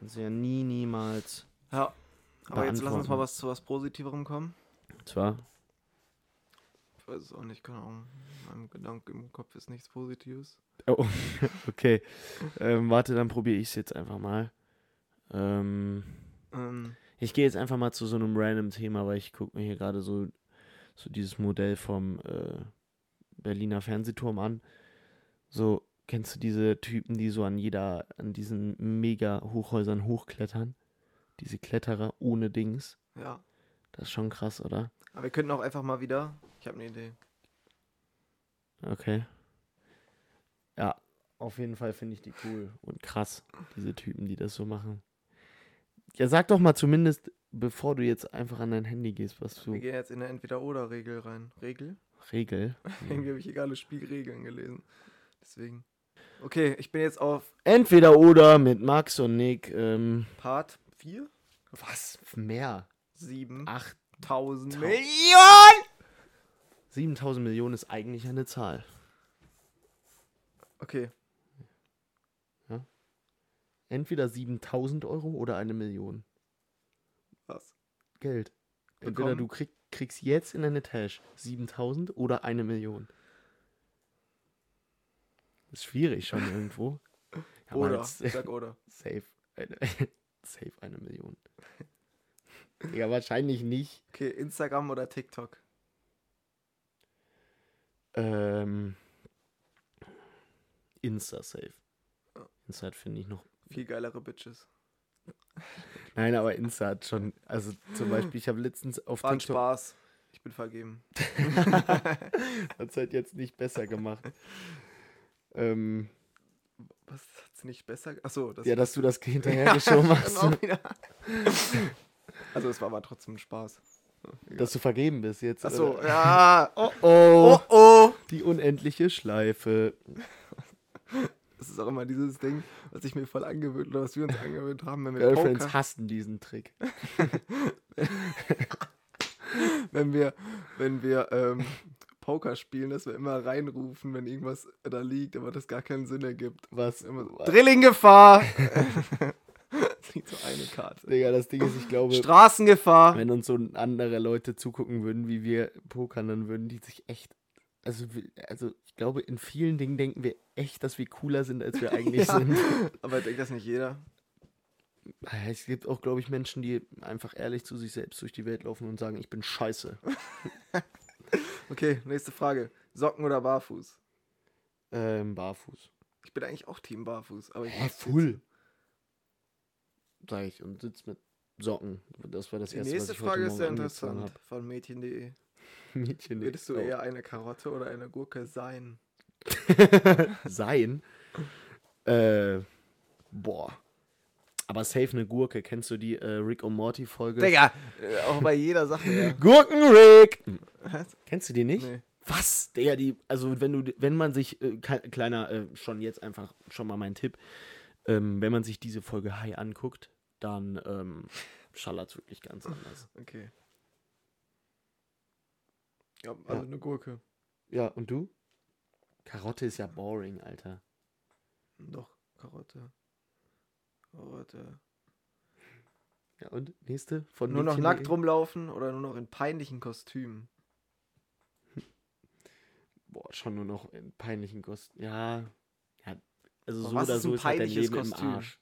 S2: kannst du ja nie, niemals.
S1: Ja. Aber jetzt lass uns
S2: Beantworten.
S1: mal was zu was Positiverem kommen.
S2: Zwar,
S1: Ich weiß es auch nicht, keine Ahnung. In meinem Gedanken im Kopf ist nichts Positives.
S2: Oh, okay. Ähm, warte, dann probiere ich es jetzt einfach mal. Ähm,
S1: Ähm,
S2: ich gehe jetzt einfach mal zu so einem random Thema, weil ich gucke mir hier gerade so, so dieses Modell vom äh, Berliner Fernsehturm an. So, kennst du diese Typen, die so an jeder, an diesen mega Hochhäusern hochklettern? Diese Kletterer ohne Dings.
S1: ja.
S2: Das ist schon krass, oder?
S1: Aber wir könnten auch einfach mal wieder. Ich habe eine Idee.
S2: Okay. Ja, auf jeden Fall finde ich die cool und krass, diese Typen, die das so machen. Ja, sag doch mal zumindest, bevor du jetzt einfach an dein Handy gehst, was
S1: Wir
S2: du
S1: gehen jetzt in eine Entweder-Oder-Regel rein. Regel?
S2: regel.
S1: Irgendwie habe ich egale Spielregeln gelesen. Deswegen. Okay, ich bin jetzt auf
S2: Entweder oder mit Max und Nick. Ähm,
S1: Part 4?
S2: was? Mehr?
S1: 7.000
S2: Acht,
S1: Millionen.
S2: 7000 Millionen ist eigentlich eine Zahl.
S1: Okay,
S2: Entweder 7000 Euro oder eine Million
S1: was?
S2: Geld. Entweder
S1: Bekommen.
S2: du krieg, kriegst jetzt in deine Tasche 7000 oder eine Million. Ist schwierig schon irgendwo. Ja,
S1: oder.
S2: Mann,
S1: Ich Sag oder.
S2: safe. Eine, safe eine Million. Ja, wahrscheinlich nicht.
S1: Okay, Instagram oder TikTok?
S2: Ähm, Insta-safe. Insta hat, finde ich, noch
S1: Viel geilere Bitches.
S2: Nein, aber Insta hat schon, also zum Beispiel, ich habe letztens auf
S1: War ein
S2: TikTok,
S1: Spaß. Ich bin vergeben.
S2: hat es halt jetzt nicht besser gemacht. ähm,
S1: Was hat's nicht besser? Achso, das
S2: ja, dass du das hinterhergeschoben hast,
S1: Genau wieder. Also es war aber trotzdem ein Spaß.
S2: dass du vergeben bist jetzt.
S1: Achso,
S2: oder?
S1: ja.
S2: Oh,
S1: Oh
S2: oh,
S1: oh.
S2: die unendliche Schleife.
S1: Das ist auch immer dieses Ding, was ich mir voll angewöhnt oder was wir uns angewöhnt haben, wenn wir
S2: Girlfriends
S1: Poker,
S2: hassen diesen Trick.
S1: wenn wir, wenn wir ähm, Poker spielen, dass wir immer reinrufen, wenn irgendwas da liegt, aber das gar keinen Sinn ergibt.
S2: Was?
S1: Immer so, Drilling Gefahr. das liegt so eine Karte.
S2: Digga, das Ding ist, ich glaube,
S1: Straßengefahr.
S2: wenn uns so andere Leute zugucken würden, wie wir pokern, dann würden die sich echt. Also, wir- also ich glaube, in vielen Dingen denken wir echt, dass wir cooler sind, als wir eigentlich
S1: Ja.
S2: sind.
S1: Aber denkt das nicht jeder?
S2: Ah, Es gibt auch, glaube ich, Menschen, die einfach ehrlich zu sich selbst durch die Welt laufen und sagen, ich bin scheiße.
S1: Okay, nächste Frage. Socken oder Barfuß?
S2: ähm, barfuß.
S1: Ich bin eigentlich auch Team Barfuß, aber ich
S2: Hä,
S1: mach's jetzt.
S2: full. Sag ich und sitz mit Socken. Das war das
S1: Die
S2: erste,
S1: nächste
S2: was ich
S1: Frage
S2: heute
S1: ist
S2: Morgen
S1: sehr
S2: angezogen
S1: interessant von Mädchen.de.
S2: hab. Mädchen nicht.
S1: Würdest du
S2: Oh.
S1: eher eine Karotte oder eine Gurke sein?
S2: sein? äh, boah. Aber safe eine Gurke. Kennst du die äh, Rick und Morty-Folge?
S1: Digga! Äh, auch bei jeder Sache. Ja.
S2: Gurken-Rick!
S1: Was?
S2: Kennst du die nicht?
S1: Nee.
S2: Was? Der, die, also wenn du, wenn man sich, äh, ke- kleiner, äh, schon jetzt einfach schon mal mein Tipp, ähm, wenn man sich diese Folge High anguckt, dann ähm, schallert's wirklich ganz anders.
S1: Okay. Ja, also eine Gurke.
S2: Ja, und du? Karotte ist ja boring, Alter.
S1: Doch, Karotte. Karotte.
S2: Ja, und nächste von
S1: Nur noch
S2: Mädchen.de?
S1: nackt rumlaufen oder nur noch in peinlichen Kostümen?
S2: Boah, schon nur noch in peinlichen Kosten. Ja, ja, Also
S1: Aber
S2: so
S1: was
S2: oder
S1: ist
S2: so
S1: ein
S2: ist halt dein
S1: peinliches
S2: Leben
S1: Kostüm?
S2: im Arsch.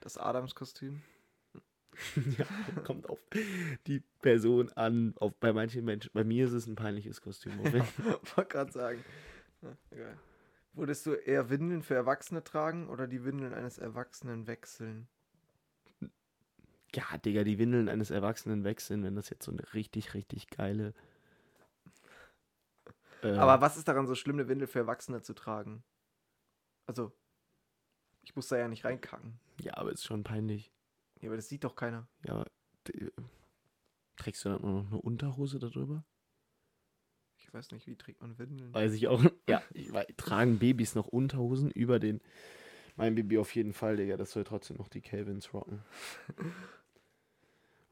S1: Das Adams-Kostüm.
S2: ja, kommt auf die Person an. Auf, bei manchen Menschen, bei mir ist es ein peinliches Kostüm. auch wenn-
S1: Wollte gerade sagen. Ja, egal. Würdest du eher Windeln für Erwachsene tragen oder die Windeln eines Erwachsenen wechseln?
S2: Ja, Digga, die Windeln eines Erwachsenen wechseln, wenn das jetzt so eine richtig, richtig geile. Äh,
S1: Aber was ist daran so schlimm, eine Windel für Erwachsene zu tragen? Also, ich muss da ja nicht reinkacken.
S2: ja, aber ist schon peinlich.
S1: Ja, aber das sieht doch keiner.
S2: Ja, aber, d- trägst du dann auch noch eine Unterhose darüber?
S1: Ich weiß nicht, wie trägt man Windeln?
S2: Weiß ich auch. Ja, ich wei- tragen Babys noch Unterhosen über den. Mein Baby auf jeden Fall, Digga. Das soll trotzdem noch die Calvins rocken.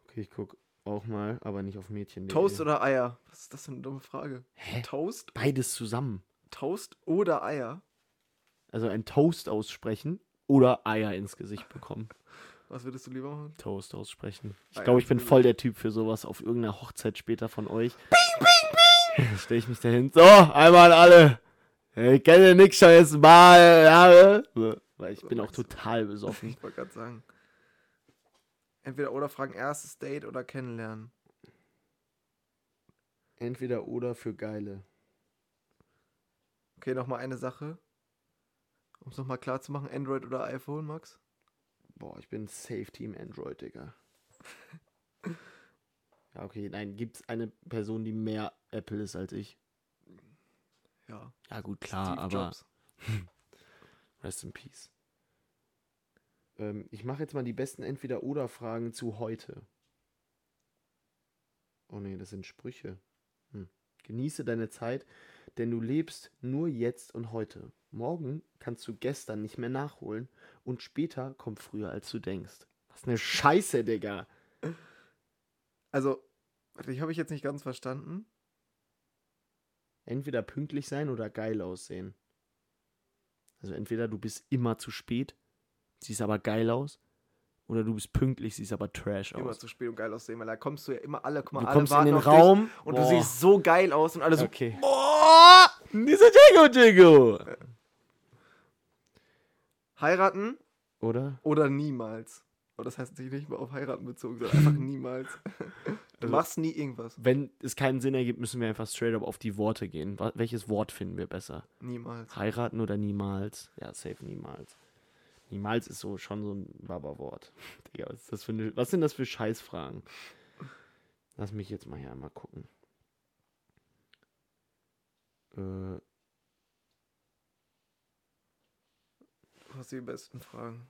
S2: Okay, ich guck auch mal, aber nicht auf Mädchen.
S1: Toast oder Eier? Was ist das für eine dumme Frage?
S2: Hä?
S1: Toast?
S2: Beides zusammen.
S1: Toast oder Eier?
S2: Also ein Toast aussprechen oder Eier ins Gesicht bekommen.
S1: Was würdest du lieber machen?
S2: Toast aussprechen. Ich
S1: Eier
S2: glaube, ich bin
S1: natürlich.
S2: voll der Typ für sowas auf irgendeiner Hochzeit später von euch. Bing, bing, bing! Stelle ich mich dahin. So, einmal alle. Ich kenne nix schon jetzt mal. Ja, äh. Weil ich
S1: So,
S2: bin auch
S1: Max.
S2: total besoffen.
S1: Ich wollte gerade sagen. Entweder oder fragen, erstes Date oder kennenlernen.
S2: Entweder oder für Geile.
S1: Okay, nochmal eine Sache. Um es nochmal klar zu machen, Android oder iPhone, Max?
S2: Boah, ich bin Safe Team Android, Digga. ja, okay, nein, gibt's eine Person, die mehr Apple ist als ich?
S1: Ja.
S2: Ja, gut, klar, aber Rest in Peace. Ähm, ich mache jetzt mal die besten Entweder-Oder-Fragen zu heute. Oh nee, das sind Sprüche. Hm. Genieße deine Zeit, denn du lebst nur jetzt und heute. Morgen kannst du gestern nicht mehr nachholen und später kommt früher, als du denkst. Was eine Scheiße, Digga.
S1: Also, warte, ich habe ich jetzt nicht ganz verstanden.
S2: Entweder pünktlich sein oder geil aussehen. Also entweder du bist immer zu spät, siehst aber geil aus, oder du bist pünktlich, siehst aber trash aus.
S1: Immer zu spät und geil aussehen, weil da kommst du ja immer alle, guck mal,
S2: du
S1: alle
S2: kommst in
S1: warten
S2: den
S1: auf
S2: Raum
S1: dich und du siehst so geil aus und alle so.
S2: Okay.
S1: Boah!
S2: Dieser Django Django!
S1: Heiraten
S2: Oder?
S1: oder niemals. Aber das heißt natürlich nicht mal auf heiraten bezogen, sondern einfach niemals. Du
S2: Also-
S1: machst nie irgendwas.
S2: Wenn es keinen Sinn ergibt, müssen wir einfach straight up auf die Worte gehen. Wa- Welches Wort finden wir besser?
S1: Niemals.
S2: Heiraten oder niemals? Ja, safe niemals. Niemals ist so schon so ein Baba-Wort. Digga, was, ist das für eine, was sind das für Scheißfragen? Lass mich jetzt mal hier einmal gucken. Äh,
S1: Du hast die besten Fragen.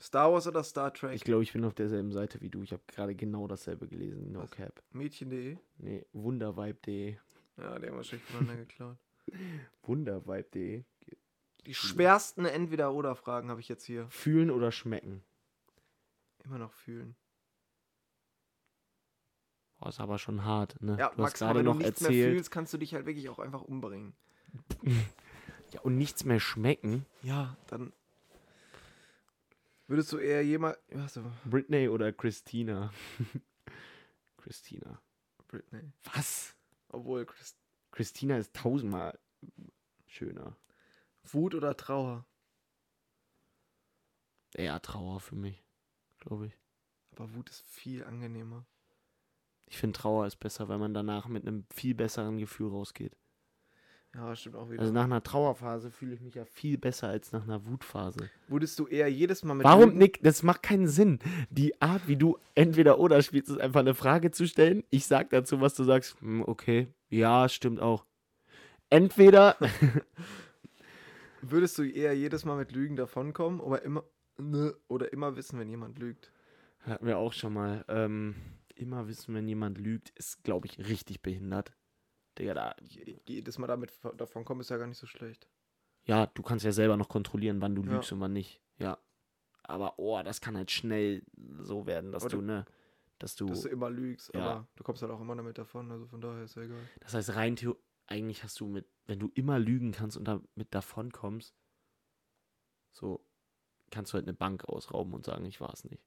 S1: Star Wars oder Star Trek?
S2: ich glaube, ich bin auf derselben Seite wie du. Ich habe gerade genau dasselbe gelesen. No
S1: Was?
S2: cap.
S1: Mädchen.de?
S2: Nee, wundervibe.de.
S1: Ja, die haben wahrscheinlich voneinander geklaut.
S2: Wundervibe.de.
S1: Die schwersten Entweder-Oder-Fragen habe ich jetzt hier.
S2: Fühlen oder schmecken?
S1: Immer noch fühlen.
S2: Boah, ist aber schon hart, ne?
S1: Ja,
S2: du hast
S1: Max,
S2: gerade
S1: wenn du
S2: noch
S1: nichts mehr
S2: erzählt.
S1: fühlst, kannst du dich halt wirklich auch einfach umbringen.
S2: Ja, und nichts mehr schmecken.
S1: Ja, dann würdest du eher jemand. Achso,
S2: Britney oder Christina? Christina.
S1: Britney.
S2: Was?
S1: Obwohl, Chris.
S2: Christina ist tausendmal schöner.
S1: Wut oder Trauer?
S2: Eher Trauer für mich, glaube ich.
S1: Aber Wut ist viel angenehmer.
S2: Ich finde Trauer ist besser, weil man danach mit einem viel besseren Gefühl rausgeht.
S1: Ja, stimmt auch wieder.
S2: Also nach einer Trauerphase fühle ich mich ja viel besser als nach einer Wutphase.
S1: Würdest du eher jedes Mal mit.
S2: Warum,
S1: Lügen-
S2: Nick? Das macht keinen Sinn. Die Art, wie du entweder oder spielst, ist einfach eine Frage zu stellen. Ich sag dazu, was du sagst. Hm, okay, ja, stimmt auch. Entweder
S1: Würdest du eher jedes Mal mit Lügen davonkommen oder immer. Ne, oder immer wissen, wenn jemand lügt?
S2: hatten wir auch schon mal. Ähm, immer wissen, wenn jemand lügt, ist, glaube ich, richtig behindert. Digga, da.
S1: Je- Jedes Mal damit v- davonkommen ist ja gar nicht so schlecht.
S2: Ja, du kannst ja selber noch kontrollieren, wann du
S1: Ja.
S2: lügst und wann nicht. Ja. Aber oh, das kann halt schnell so werden, dass
S1: Oder-
S2: du, ne, dass du.
S1: Dass du immer lügst,
S2: Ja.
S1: aber du kommst halt auch immer damit davon, also von daher ist ja egal.
S2: Das heißt, rein theo eigentlich hast du mit, wenn du immer lügen kannst und damit davon kommst, so kannst du halt eine Bank ausrauben und sagen, ich war es nicht.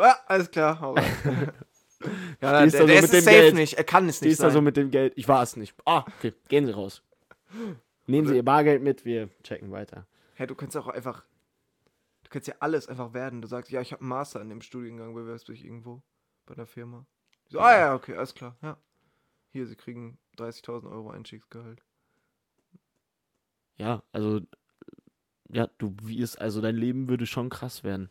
S1: Ah, alles klar, hau rein. ja, der,
S2: Stehst
S1: der,
S2: da so
S1: der
S2: also mit
S1: ist es
S2: dem
S1: safe
S2: Geld.
S1: nicht, er kann es nicht
S2: Stehst also da
S1: sein.
S2: so mit dem Geld, ich war es nicht. Ah, okay, gehen Sie raus. Nehmen Sie Ihr Bargeld mit, wir checken weiter.
S1: Hey, du kannst auch einfach. Du kannst ja alles einfach werden. Du sagst, ja, ich habe einen Master in dem Studiengang, bewirbst dich irgendwo bei der Firma. Die So, ah ja, okay, alles klar, ja. Hier, sie kriegen 30.000 Euro Einstiegsgehalt.
S2: Ja, also, ja, du wirst, also dein Leben würde schon krass werden.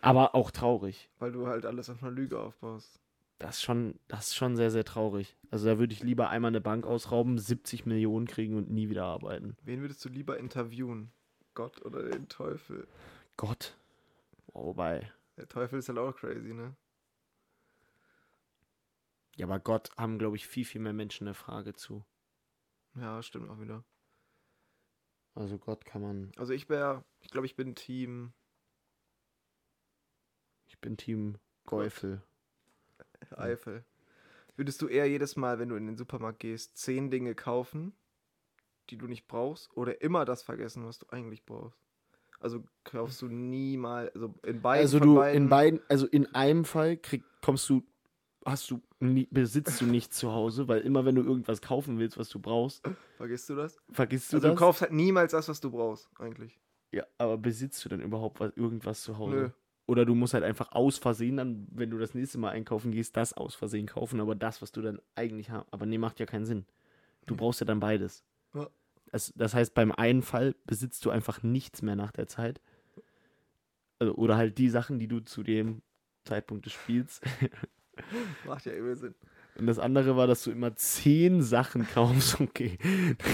S2: Aber auch traurig.
S1: Weil du halt alles auf einer Lüge aufbaust.
S2: Das ist schon, das ist schon sehr, sehr traurig. Also da würde ich lieber einmal eine Bank ausrauben, 70 Millionen kriegen und nie wieder arbeiten.
S1: Wen würdest du lieber interviewen? Gott oder den Teufel?
S2: Gott. Wobei.
S1: Der Teufel ist halt auch crazy, ne?
S2: Ja, aber Gott haben, glaube ich, viel, viel mehr Menschen eine Frage zu.
S1: Ja, stimmt auch wieder.
S2: Also Gott kann man.
S1: Also ich wäre, ich glaube, ich bin Team.
S2: Ich bin Team Teufel.
S1: Eifel. Würdest du eher jedes Mal, wenn du in den Supermarkt gehst, zehn Dinge kaufen, die du nicht brauchst, oder immer das vergessen, was du eigentlich brauchst? Also kaufst du niemals, also in beiden.
S2: Also
S1: von
S2: du
S1: beiden,
S2: in beiden, also in einem Fall krieg, kommst du, hast du, nie, besitzt du nichts zu Hause, weil immer wenn du irgendwas kaufen willst, was du brauchst,
S1: Vergisst du das?
S2: vergisst du
S1: also
S2: das.
S1: du kaufst halt niemals das, was du brauchst, eigentlich.
S2: ja, aber besitzt du dann überhaupt was, irgendwas zu Hause?
S1: Nö.
S2: Oder du musst halt einfach aus Versehen dann, wenn du das nächste Mal einkaufen gehst, das aus Versehen kaufen, aber das, was du dann eigentlich hast. Aber nee, macht ja keinen Sinn. Du
S1: Nee.
S2: brauchst ja dann beides.
S1: Hm. Ja.
S2: Das, das heißt, beim einen Fall besitzt du einfach nichts mehr nach der Zeit. Also, oder halt die Sachen, die du zu dem Zeitpunkt des Spiels.
S1: Macht ja immer Sinn.
S2: Und das andere war, dass du immer zehn Sachen kaufst. Okay.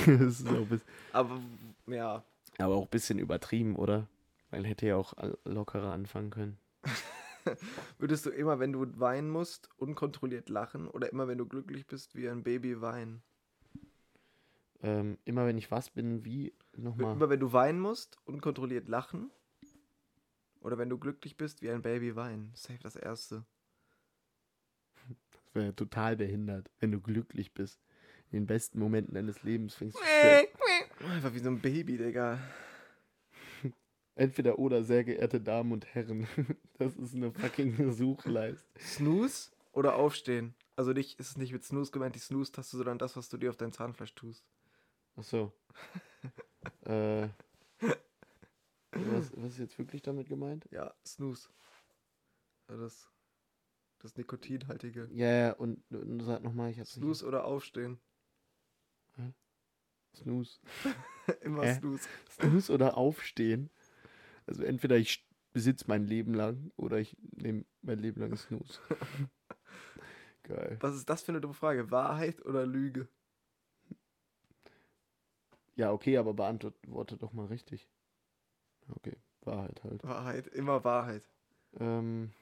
S2: Das ist auch bis,
S1: Aber ja,
S2: aber auch ein bisschen übertrieben, oder? Man hätte ja auch all- lockerer anfangen können.
S1: würdest du immer, wenn du weinen musst, unkontrolliert lachen oder immer, wenn du glücklich bist, wie ein Baby weinen?
S2: Ähm, immer wenn ich was bin, wie nochmal.
S1: Immer wenn du weinen musst, unkontrolliert lachen. Oder wenn du glücklich bist, wie ein Baby weinen. Safe das Erste.
S2: Das wäre total behindert, wenn du glücklich bist. In den besten Momenten deines Lebens fängst du an.
S1: Oh, Einfach wie so ein Baby, Digga.
S2: Entweder oder, sehr geehrte Damen und Herren. Das ist eine fucking Suchleiste.
S1: Snooze oder aufstehen. Also dich ist es nicht mit Snooze gemeint, die Snooze-Taste, sondern das, was du dir auf dein Zahnfleisch tust.
S2: Ach so. äh, was, was ist jetzt wirklich damit gemeint?
S1: Ja, Snooze. Also Das, das Nikotinhaltige.
S2: Ja, ja, und, und sag nochmal, ich hab's
S1: Snooze oder aufstehen.
S2: nicht. Snooze.
S1: Immer
S2: Hä?
S1: Snooze.
S2: Snooze oder aufstehen. Also entweder ich besitze mein Leben lang oder ich nehme mein Leben lang Snooze. Geil.
S1: Was ist das für eine dumme Frage? Wahrheit oder Lüge?
S2: Ja, okay, aber beantworte doch mal richtig. Okay, Wahrheit halt.
S1: Wahrheit, immer Wahrheit.
S2: Ähm,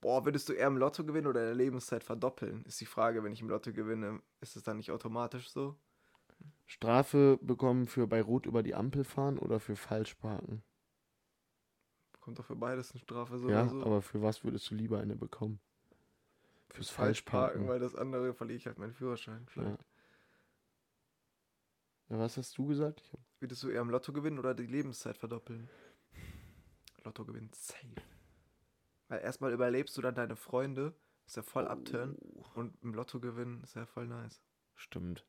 S1: Boah, würdest du eher im Lotto gewinnen oder deine Lebenszeit verdoppeln? Ist die Frage, wenn ich im Lotto gewinne, ist es dann nicht automatisch so?
S2: Strafe bekommen für bei Rot über die Ampel fahren oder für falsch parken?
S1: Kommt doch für beides eine Strafe so also
S2: ja,
S1: oder so.
S2: aber für was würdest du lieber eine bekommen? Fürs
S1: falsch parken,
S2: Falschparken.
S1: weil das andere verliere ich halt meinen Führerschein. Vielleicht.
S2: ja, was hast du gesagt? Ich hab,
S1: Würdest du eher im Lotto gewinnen oder die Lebenszeit verdoppeln? Lotto gewinnt safe. Weil erstmal überlebst du dann deine Freunde, ist ja voll upturn
S2: Oh.
S1: und im Lotto gewinnen ist ja voll nice.
S2: Stimmt.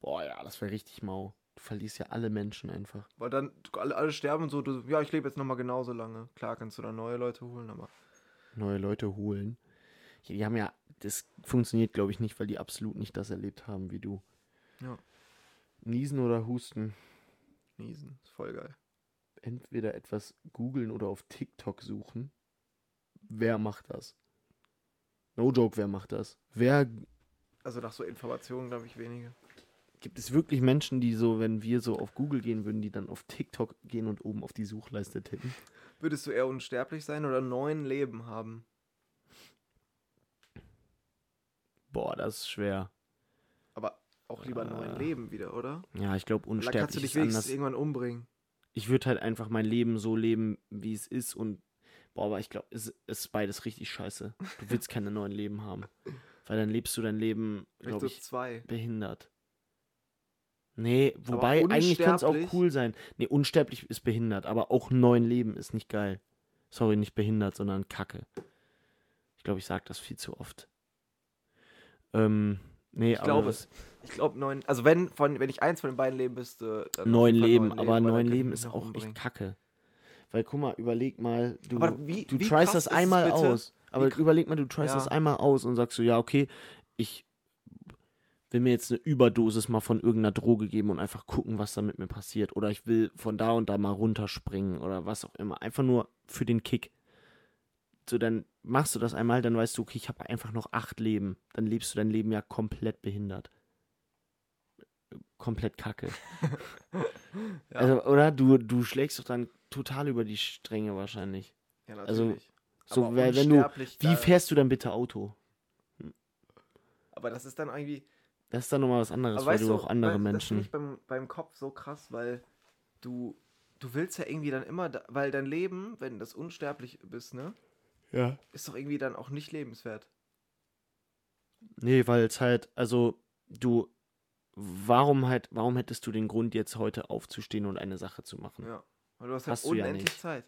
S2: Boah, ja, das wäre richtig mau. Du verlierst ja alle Menschen einfach.
S1: Weil dann alle, alle sterben und so, du, ja, ich lebe jetzt nochmal genauso lange. Klar, kannst du dann neue Leute holen, aber
S2: Neue Leute holen. Die, die haben ja, das funktioniert, glaube ich, nicht, weil die absolut nicht das erlebt haben wie du.
S1: Ja.
S2: Niesen oder Husten.
S1: niesen, ist voll geil.
S2: Entweder etwas googeln oder auf TikTok suchen. Wer macht das? No joke, wer macht das? Wer
S1: Also nach so Informationen, glaube ich, wenige.
S2: gibt es wirklich Menschen, die so, wenn wir so auf Google gehen würden, die dann auf TikTok gehen und oben auf die Suchleiste tippen?
S1: Würdest du eher unsterblich sein oder neun Leben haben?
S2: Boah, das ist schwer.
S1: Aber auch lieber neun
S2: Ah.
S1: Leben wieder, oder?
S2: Ja, ich glaube,
S1: Weil Dann kannst du
S2: unsterblich
S1: dich
S2: ist
S1: wenigstens
S2: anders.
S1: irgendwann umbringen.
S2: ich würde halt einfach mein Leben so leben, wie es ist und boah, aber ich glaube, es ist beides richtig scheiße. Du willst keine neuen Leben haben, weil dann lebst du dein Leben,
S1: Vielleicht
S2: glaube
S1: so
S2: ich,
S1: zwei.
S2: behindert. Nee, wobei eigentlich kann es auch
S1: unsterblich-
S2: cool sein. Nee, unsterblich ist behindert, aber auch neun Leben ist nicht geil. Sorry, nicht behindert, sondern Kacke. Ich glaube, ich sage das viel zu oft. Ähm, Nee,
S1: Ich glaube es. Ich glaube neun. Also wenn, von, wenn ich eins von den beiden leben müsste, dann auf
S2: Neun
S1: jeden Fall
S2: Leben, aber
S1: weil dann
S2: neun
S1: könnte ich
S2: Leben
S1: mich
S2: ist
S1: noch
S2: auch
S1: umbringen.
S2: echt kacke. Weil guck mal, überleg mal, du,
S1: Aber wie-
S2: du
S1: wie
S2: tryst
S1: krass
S2: das
S1: ist es
S2: einmal
S1: bitte?
S2: aus. Aber
S1: kr-
S2: überleg mal, du
S1: Ja.
S2: tryst das einmal aus und sagst so, ja, okay, ich will mir jetzt eine Überdosis mal von irgendeiner Droge geben und einfach gucken, was da mit mir passiert. Oder ich will von da und da mal runterspringen oder was auch immer. Einfach nur für den Kick. So, dann machst du das einmal, dann weißt du, okay, ich habe einfach noch acht Leben. Dann lebst du dein Leben ja komplett behindert. Komplett kacke.
S1: Ja.
S2: Also, oder? Du, du schlägst doch dann total über die Stränge wahrscheinlich.
S1: Ja,
S2: also,
S1: natürlich.
S2: So,
S1: Aber
S2: weil, wenn du.
S1: unsterblich,
S2: Wie
S1: da-
S2: fährst du dann bitte Auto?
S1: Aber das ist dann irgendwie.
S2: Das ist dann nochmal was anderes,
S1: aber
S2: weil
S1: weißt
S2: du auch
S1: weil- Das
S2: andere
S1: finde
S2: Menschen.
S1: ich beim, beim Kopf so krass, weil du, du willst ja irgendwie dann immer, da, weil dein Leben, wenn das unsterblich bist, ne,
S2: Ja.
S1: ist doch irgendwie dann auch nicht lebenswert.
S2: Nee, weil es halt, also, du. Warum halt, warum hättest du den Grund, jetzt heute aufzustehen und eine Sache zu machen?
S1: Ja. Weil du hast, halt
S2: Hm. Hast du ja
S1: unendlich
S2: nicht.
S1: Zeit.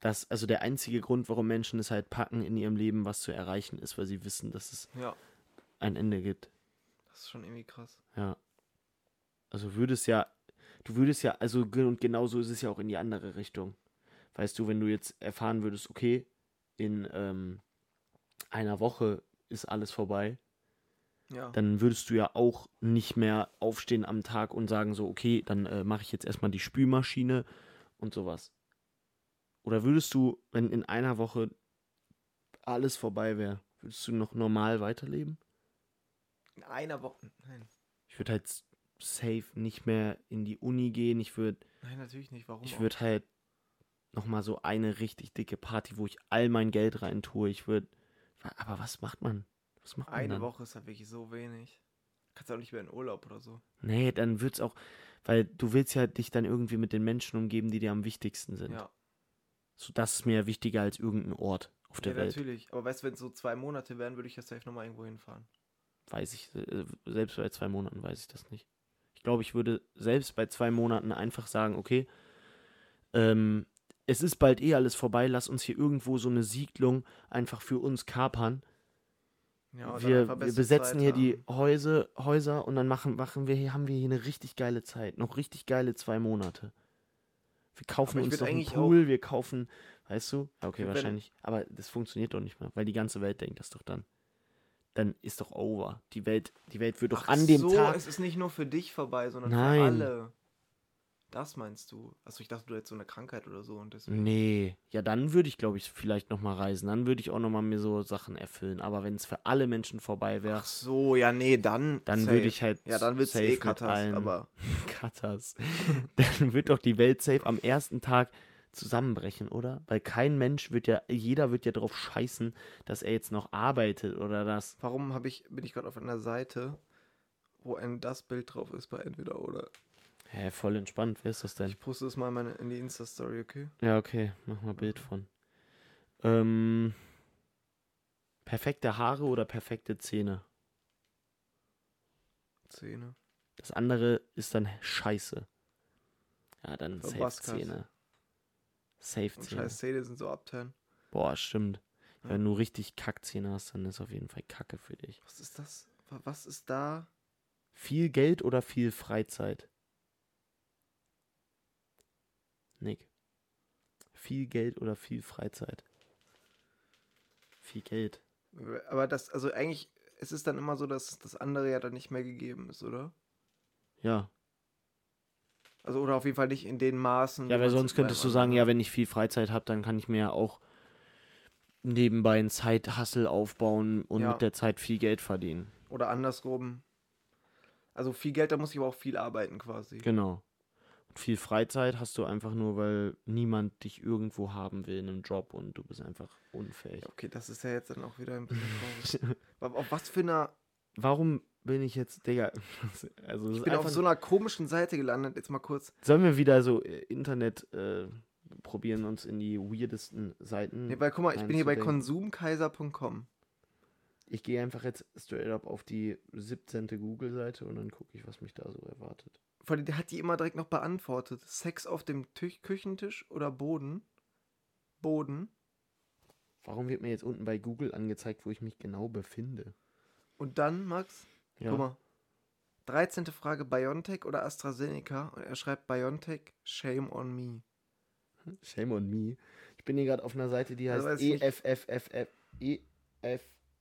S2: Das, also der einzige Grund, warum Menschen es halt packen, in ihrem Leben was zu erreichen, ist, weil sie wissen, dass es
S1: Ja,
S2: ein Ende gibt.
S1: das ist schon irgendwie krass.
S2: Ja. Also würdest ja, du würdest ja, also ge- und genauso ist es ja auch in die andere Richtung. Weißt du, wenn du jetzt erfahren würdest, okay, in ähm, einer Woche ist alles vorbei,
S1: Ja.
S2: dann würdest du ja auch nicht mehr aufstehen am Tag und sagen so, okay, dann äh, mache ich jetzt erstmal die Spülmaschine und sowas. Oder würdest du, wenn in einer Woche alles vorbei wäre, würdest du noch normal weiterleben?
S1: In einer Woche. Nein.
S2: Ich würde halt s- safe nicht mehr in die Uni gehen. Ich würde
S1: Nein, natürlich nicht. Warum?
S2: ich
S1: auch?
S2: würd halt nochmal so eine richtig dicke Party, wo ich all mein Geld rein tue. Ich würde. Aber was macht man? Was macht man
S1: Eine
S2: dann?
S1: Woche ist halt wirklich so wenig. Kannst auch nicht mehr in Urlaub oder so.
S2: Nee, dann wird's auch. Weil du willst ja dich dann irgendwie mit den Menschen umgeben, die dir am wichtigsten sind.
S1: Ja,
S2: So, das ist mir ja wichtiger als irgendein Ort auf
S1: ja
S2: der Welt.
S1: natürlich. Aber weißt du, wenn es so zwei Monate wären, würde ich ja safe nochmal irgendwo hinfahren.
S2: Weiß ich, äh, selbst bei zwei Monaten weiß ich das nicht. Ich glaube, ich würde selbst bei zwei Monaten einfach sagen, okay, ähm, es ist bald eh alles vorbei, lass uns hier irgendwo so eine Siedlung einfach für uns kapern.
S1: Ja, und dann
S2: wir
S1: einfach
S2: wir
S1: beste
S2: besetzen
S1: Zeit
S2: hier die
S1: haben.
S2: Häuser, Häuser und dann machen, machen wir hier, haben wir hier eine richtig geile Zeit, noch richtig geile zwei Monate. Wir kaufen
S1: Aber ich
S2: uns
S1: würd
S2: noch einen
S1: eigentlich
S2: Pool, wir kaufen, weißt du? Ja,
S1: würd,
S2: okay,
S1: wenn-
S2: wahrscheinlich. Aber das funktioniert doch nicht mehr, weil die ganze Welt denkt das doch dann. Dann ist doch over. Die Welt, die Welt wird doch
S1: Ach
S2: an dem
S1: so,
S2: Tag.
S1: es ist nicht nur für dich vorbei, sondern
S2: Nein.
S1: für alle. Das meinst du? Also ich dachte, du hättest so eine Krankheit oder so und deswegen.
S2: Nee, ja, dann würde ich, glaube ich, vielleicht nochmal reisen. Dann würde ich auch nochmal mir so Sachen erfüllen. Aber wenn es für alle Menschen vorbei wäre,
S1: Ach so, ja, nee, dann.
S2: dann
S1: safe.
S2: würde ich halt.
S1: Ja, dann wird's
S2: safe
S1: eh
S2: mit
S1: Katas,
S2: allen-
S1: aber.
S2: Katas. Dann wird doch die Welt safe am ersten Tag zusammenbrechen, oder? Weil kein Mensch wird ja, jeder wird ja drauf scheißen, dass er jetzt noch arbeitet oder das.
S1: Warum hab ich, bin ich gerade auf einer Seite, wo ein das Bild drauf ist bei entweder oder?
S2: Hä, voll entspannt, wer ist das denn?
S1: Ich poste es mal in meine, in die Insta-Story, okay?
S2: Ja, okay, mach mal Bild von. Ähm, perfekte Haare oder perfekte Zähne?
S1: Szene.
S2: Das andere ist dann scheiße. Ja, dann
S1: Für
S2: safe
S1: Baskas.
S2: Zähne. Safe
S1: Und
S2: Zähne.
S1: scheiß Szene sind so abteilen.
S2: Boah, stimmt.
S1: Ja.
S2: Wenn du richtig Kackzähne hast, dann ist auf jeden Fall Kacke für dich.
S1: Was ist das? Wa- Was ist da?
S2: Viel Geld oder viel Freizeit? Nick. Viel Geld oder viel Freizeit? Viel Geld.
S1: Aber das, also eigentlich, es ist dann immer so, dass das andere ja dann nicht mehr gegeben ist, oder?
S2: Ja.
S1: Also, oder auf jeden Fall nicht in den Maßen.
S2: Ja,
S1: wie
S2: weil
S1: man's
S2: sonst
S1: beim
S2: könntest du
S1: anderen
S2: sagen, ja, wenn ich viel Freizeit habe, dann kann ich mir ja auch nebenbei ein Zeithassel aufbauen und
S1: Ja.
S2: mit der Zeit viel Geld verdienen.
S1: Oder andersrum. Also viel Geld, da muss ich aber auch viel arbeiten quasi.
S2: Genau. Und viel Freizeit hast du einfach nur, weil niemand dich irgendwo haben will in einem Job und du bist einfach unfähig.
S1: Ja, okay, das ist ja jetzt dann auch wieder ein bisschen traurig. aber auf was für einer.
S2: Warum bin ich jetzt, Digga, also es
S1: Ich
S2: ist
S1: bin
S2: einfach,
S1: auf so einer komischen Seite gelandet, jetzt mal kurz.
S2: sollen wir wieder so äh, Internet äh, probieren, uns in die weirdesten Seiten.
S1: Nee, weil guck mal, ich bin hier bei
S2: reinzudenken?
S1: konsumkaiser.com.
S2: Ich gehe einfach jetzt straight up auf die 17. Google-Seite und dann gucke ich, was mich da so erwartet.
S1: Vor allem, der hat die immer direkt noch beantwortet. Sex auf dem Tü Küchentisch oder Boden? Boden.
S2: Warum wird mir jetzt unten bei Google angezeigt, wo ich mich genau befinde?
S1: Und dann, Max,
S2: Ja.
S1: guck mal. 13. Frage, BioNTech oder AstraZeneca? Und er schreibt BioNTech, shame on me.
S2: Shame on me. Ich bin hier gerade auf einer Seite, die
S1: Also
S2: heißt E
S1: weiß nicht-
S2: EFFFF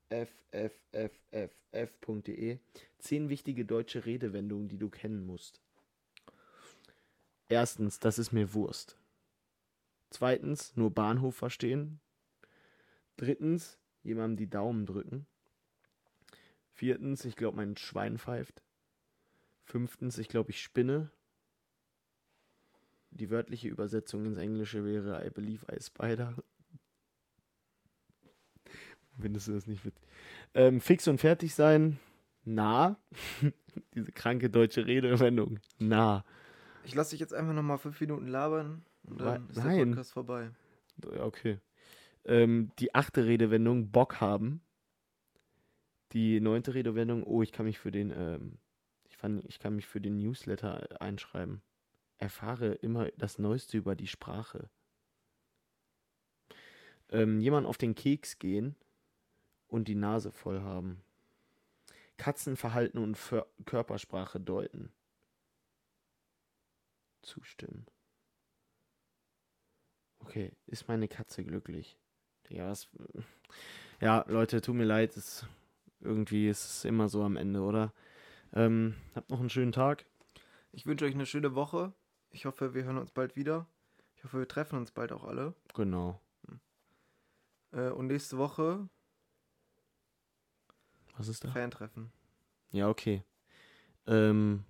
S2: EFFFFFF.de. E. Zehn wichtige deutsche Redewendungen, die du kennen musst. Erstens, das ist mir Wurst. Zweitens, nur Bahnhof verstehen. Drittens, jemandem die Daumen drücken. Viertens, ich glaube, mein Schwein pfeift. Fünftens, ich glaube, ich spinne. Die wörtliche Übersetzung ins Englische wäre I believe I spider. Findest du das nicht witzig? Ähm, fix und fertig sein. Na. Diese kranke deutsche Redewendung. Na.
S1: Ich lasse dich jetzt einfach nochmal fünf Minuten labern und dann
S2: Wa-
S1: ist der
S2: nein.
S1: Podcast vorbei.
S2: Ja, okay. Ähm, die achte Redewendung Bock haben. Die neunte Redewendung, oh, ich kann mich für den, ähm, ich, fand, ich kann mich für den Newsletter einschreiben. Erfahre immer das Neueste über die Sprache. Ähm, jemand auf den Keks gehen und die Nase voll haben. Katzenverhalten und Ver Körpersprache deuten. Zustimmen. Okay, ist meine Katze glücklich? Ja, was. Ja, Leute, tut mir leid, es, irgendwie ist es immer so am Ende, oder? Ähm, habt noch einen schönen Tag.
S1: Ich wünsche euch eine schöne Woche. Ich hoffe, wir hören uns bald wieder. Ich hoffe, wir treffen uns bald auch alle.
S2: Genau.
S1: Äh, und nächste Woche
S2: Was ist da?
S1: Fan-Treffen.
S2: Ja, okay. Ähm,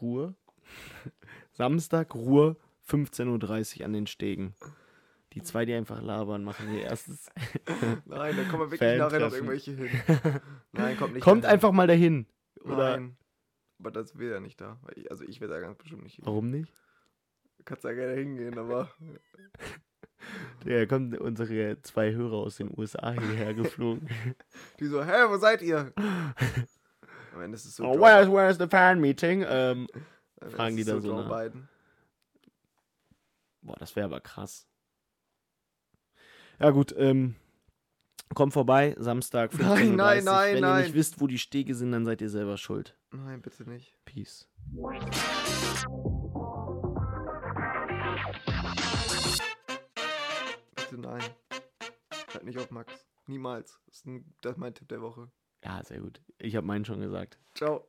S2: Ruhe. Samstag, Ruhe, 15.30 Uhr an den Stegen. Die zwei, die einfach labern, machen ihr erstes.
S1: Nein, da kommen wir wirklich nachher noch
S2: Fan-Treffen.
S1: irgendwelche hin. Nein, kommt nicht.
S2: Kommt
S1: dahin.
S2: einfach mal dahin. Oder?
S1: Nein. Aber das will er nicht da. Weil ich, also ich werde da ganz bestimmt nicht hin.
S2: Warum nicht?
S1: Kannst da gerne hingehen, aber
S2: Ja, kommen unsere zwei Hörer aus den USA hierher geflogen.
S1: die so, hä, wo seid ihr? Am Ende ist es so.
S2: Oh,
S1: Joe-
S2: where's, where's the fan meeting? Ähm,
S1: am Ende
S2: fragen
S1: ist
S2: die
S1: es
S2: dann so
S1: Joe
S2: nach.
S1: Biden.
S2: Boah, das wäre aber krass. Ja, gut, ähm, kommt vorbei, Samstag.
S1: Nein,
S2: 15:30.
S1: nein, nein,
S2: Wenn ihr
S1: nein.
S2: nicht wisst, wo die Stege sind, dann seid ihr selber schuld.
S1: Nein, bitte nicht.
S2: Peace.
S1: Bitte nein. Schalt nicht auf Max. Niemals. Das ist, ein, das ist mein Tipp der Woche.
S2: Ja, sehr gut. Ich habe meinen schon gesagt.
S1: Ciao.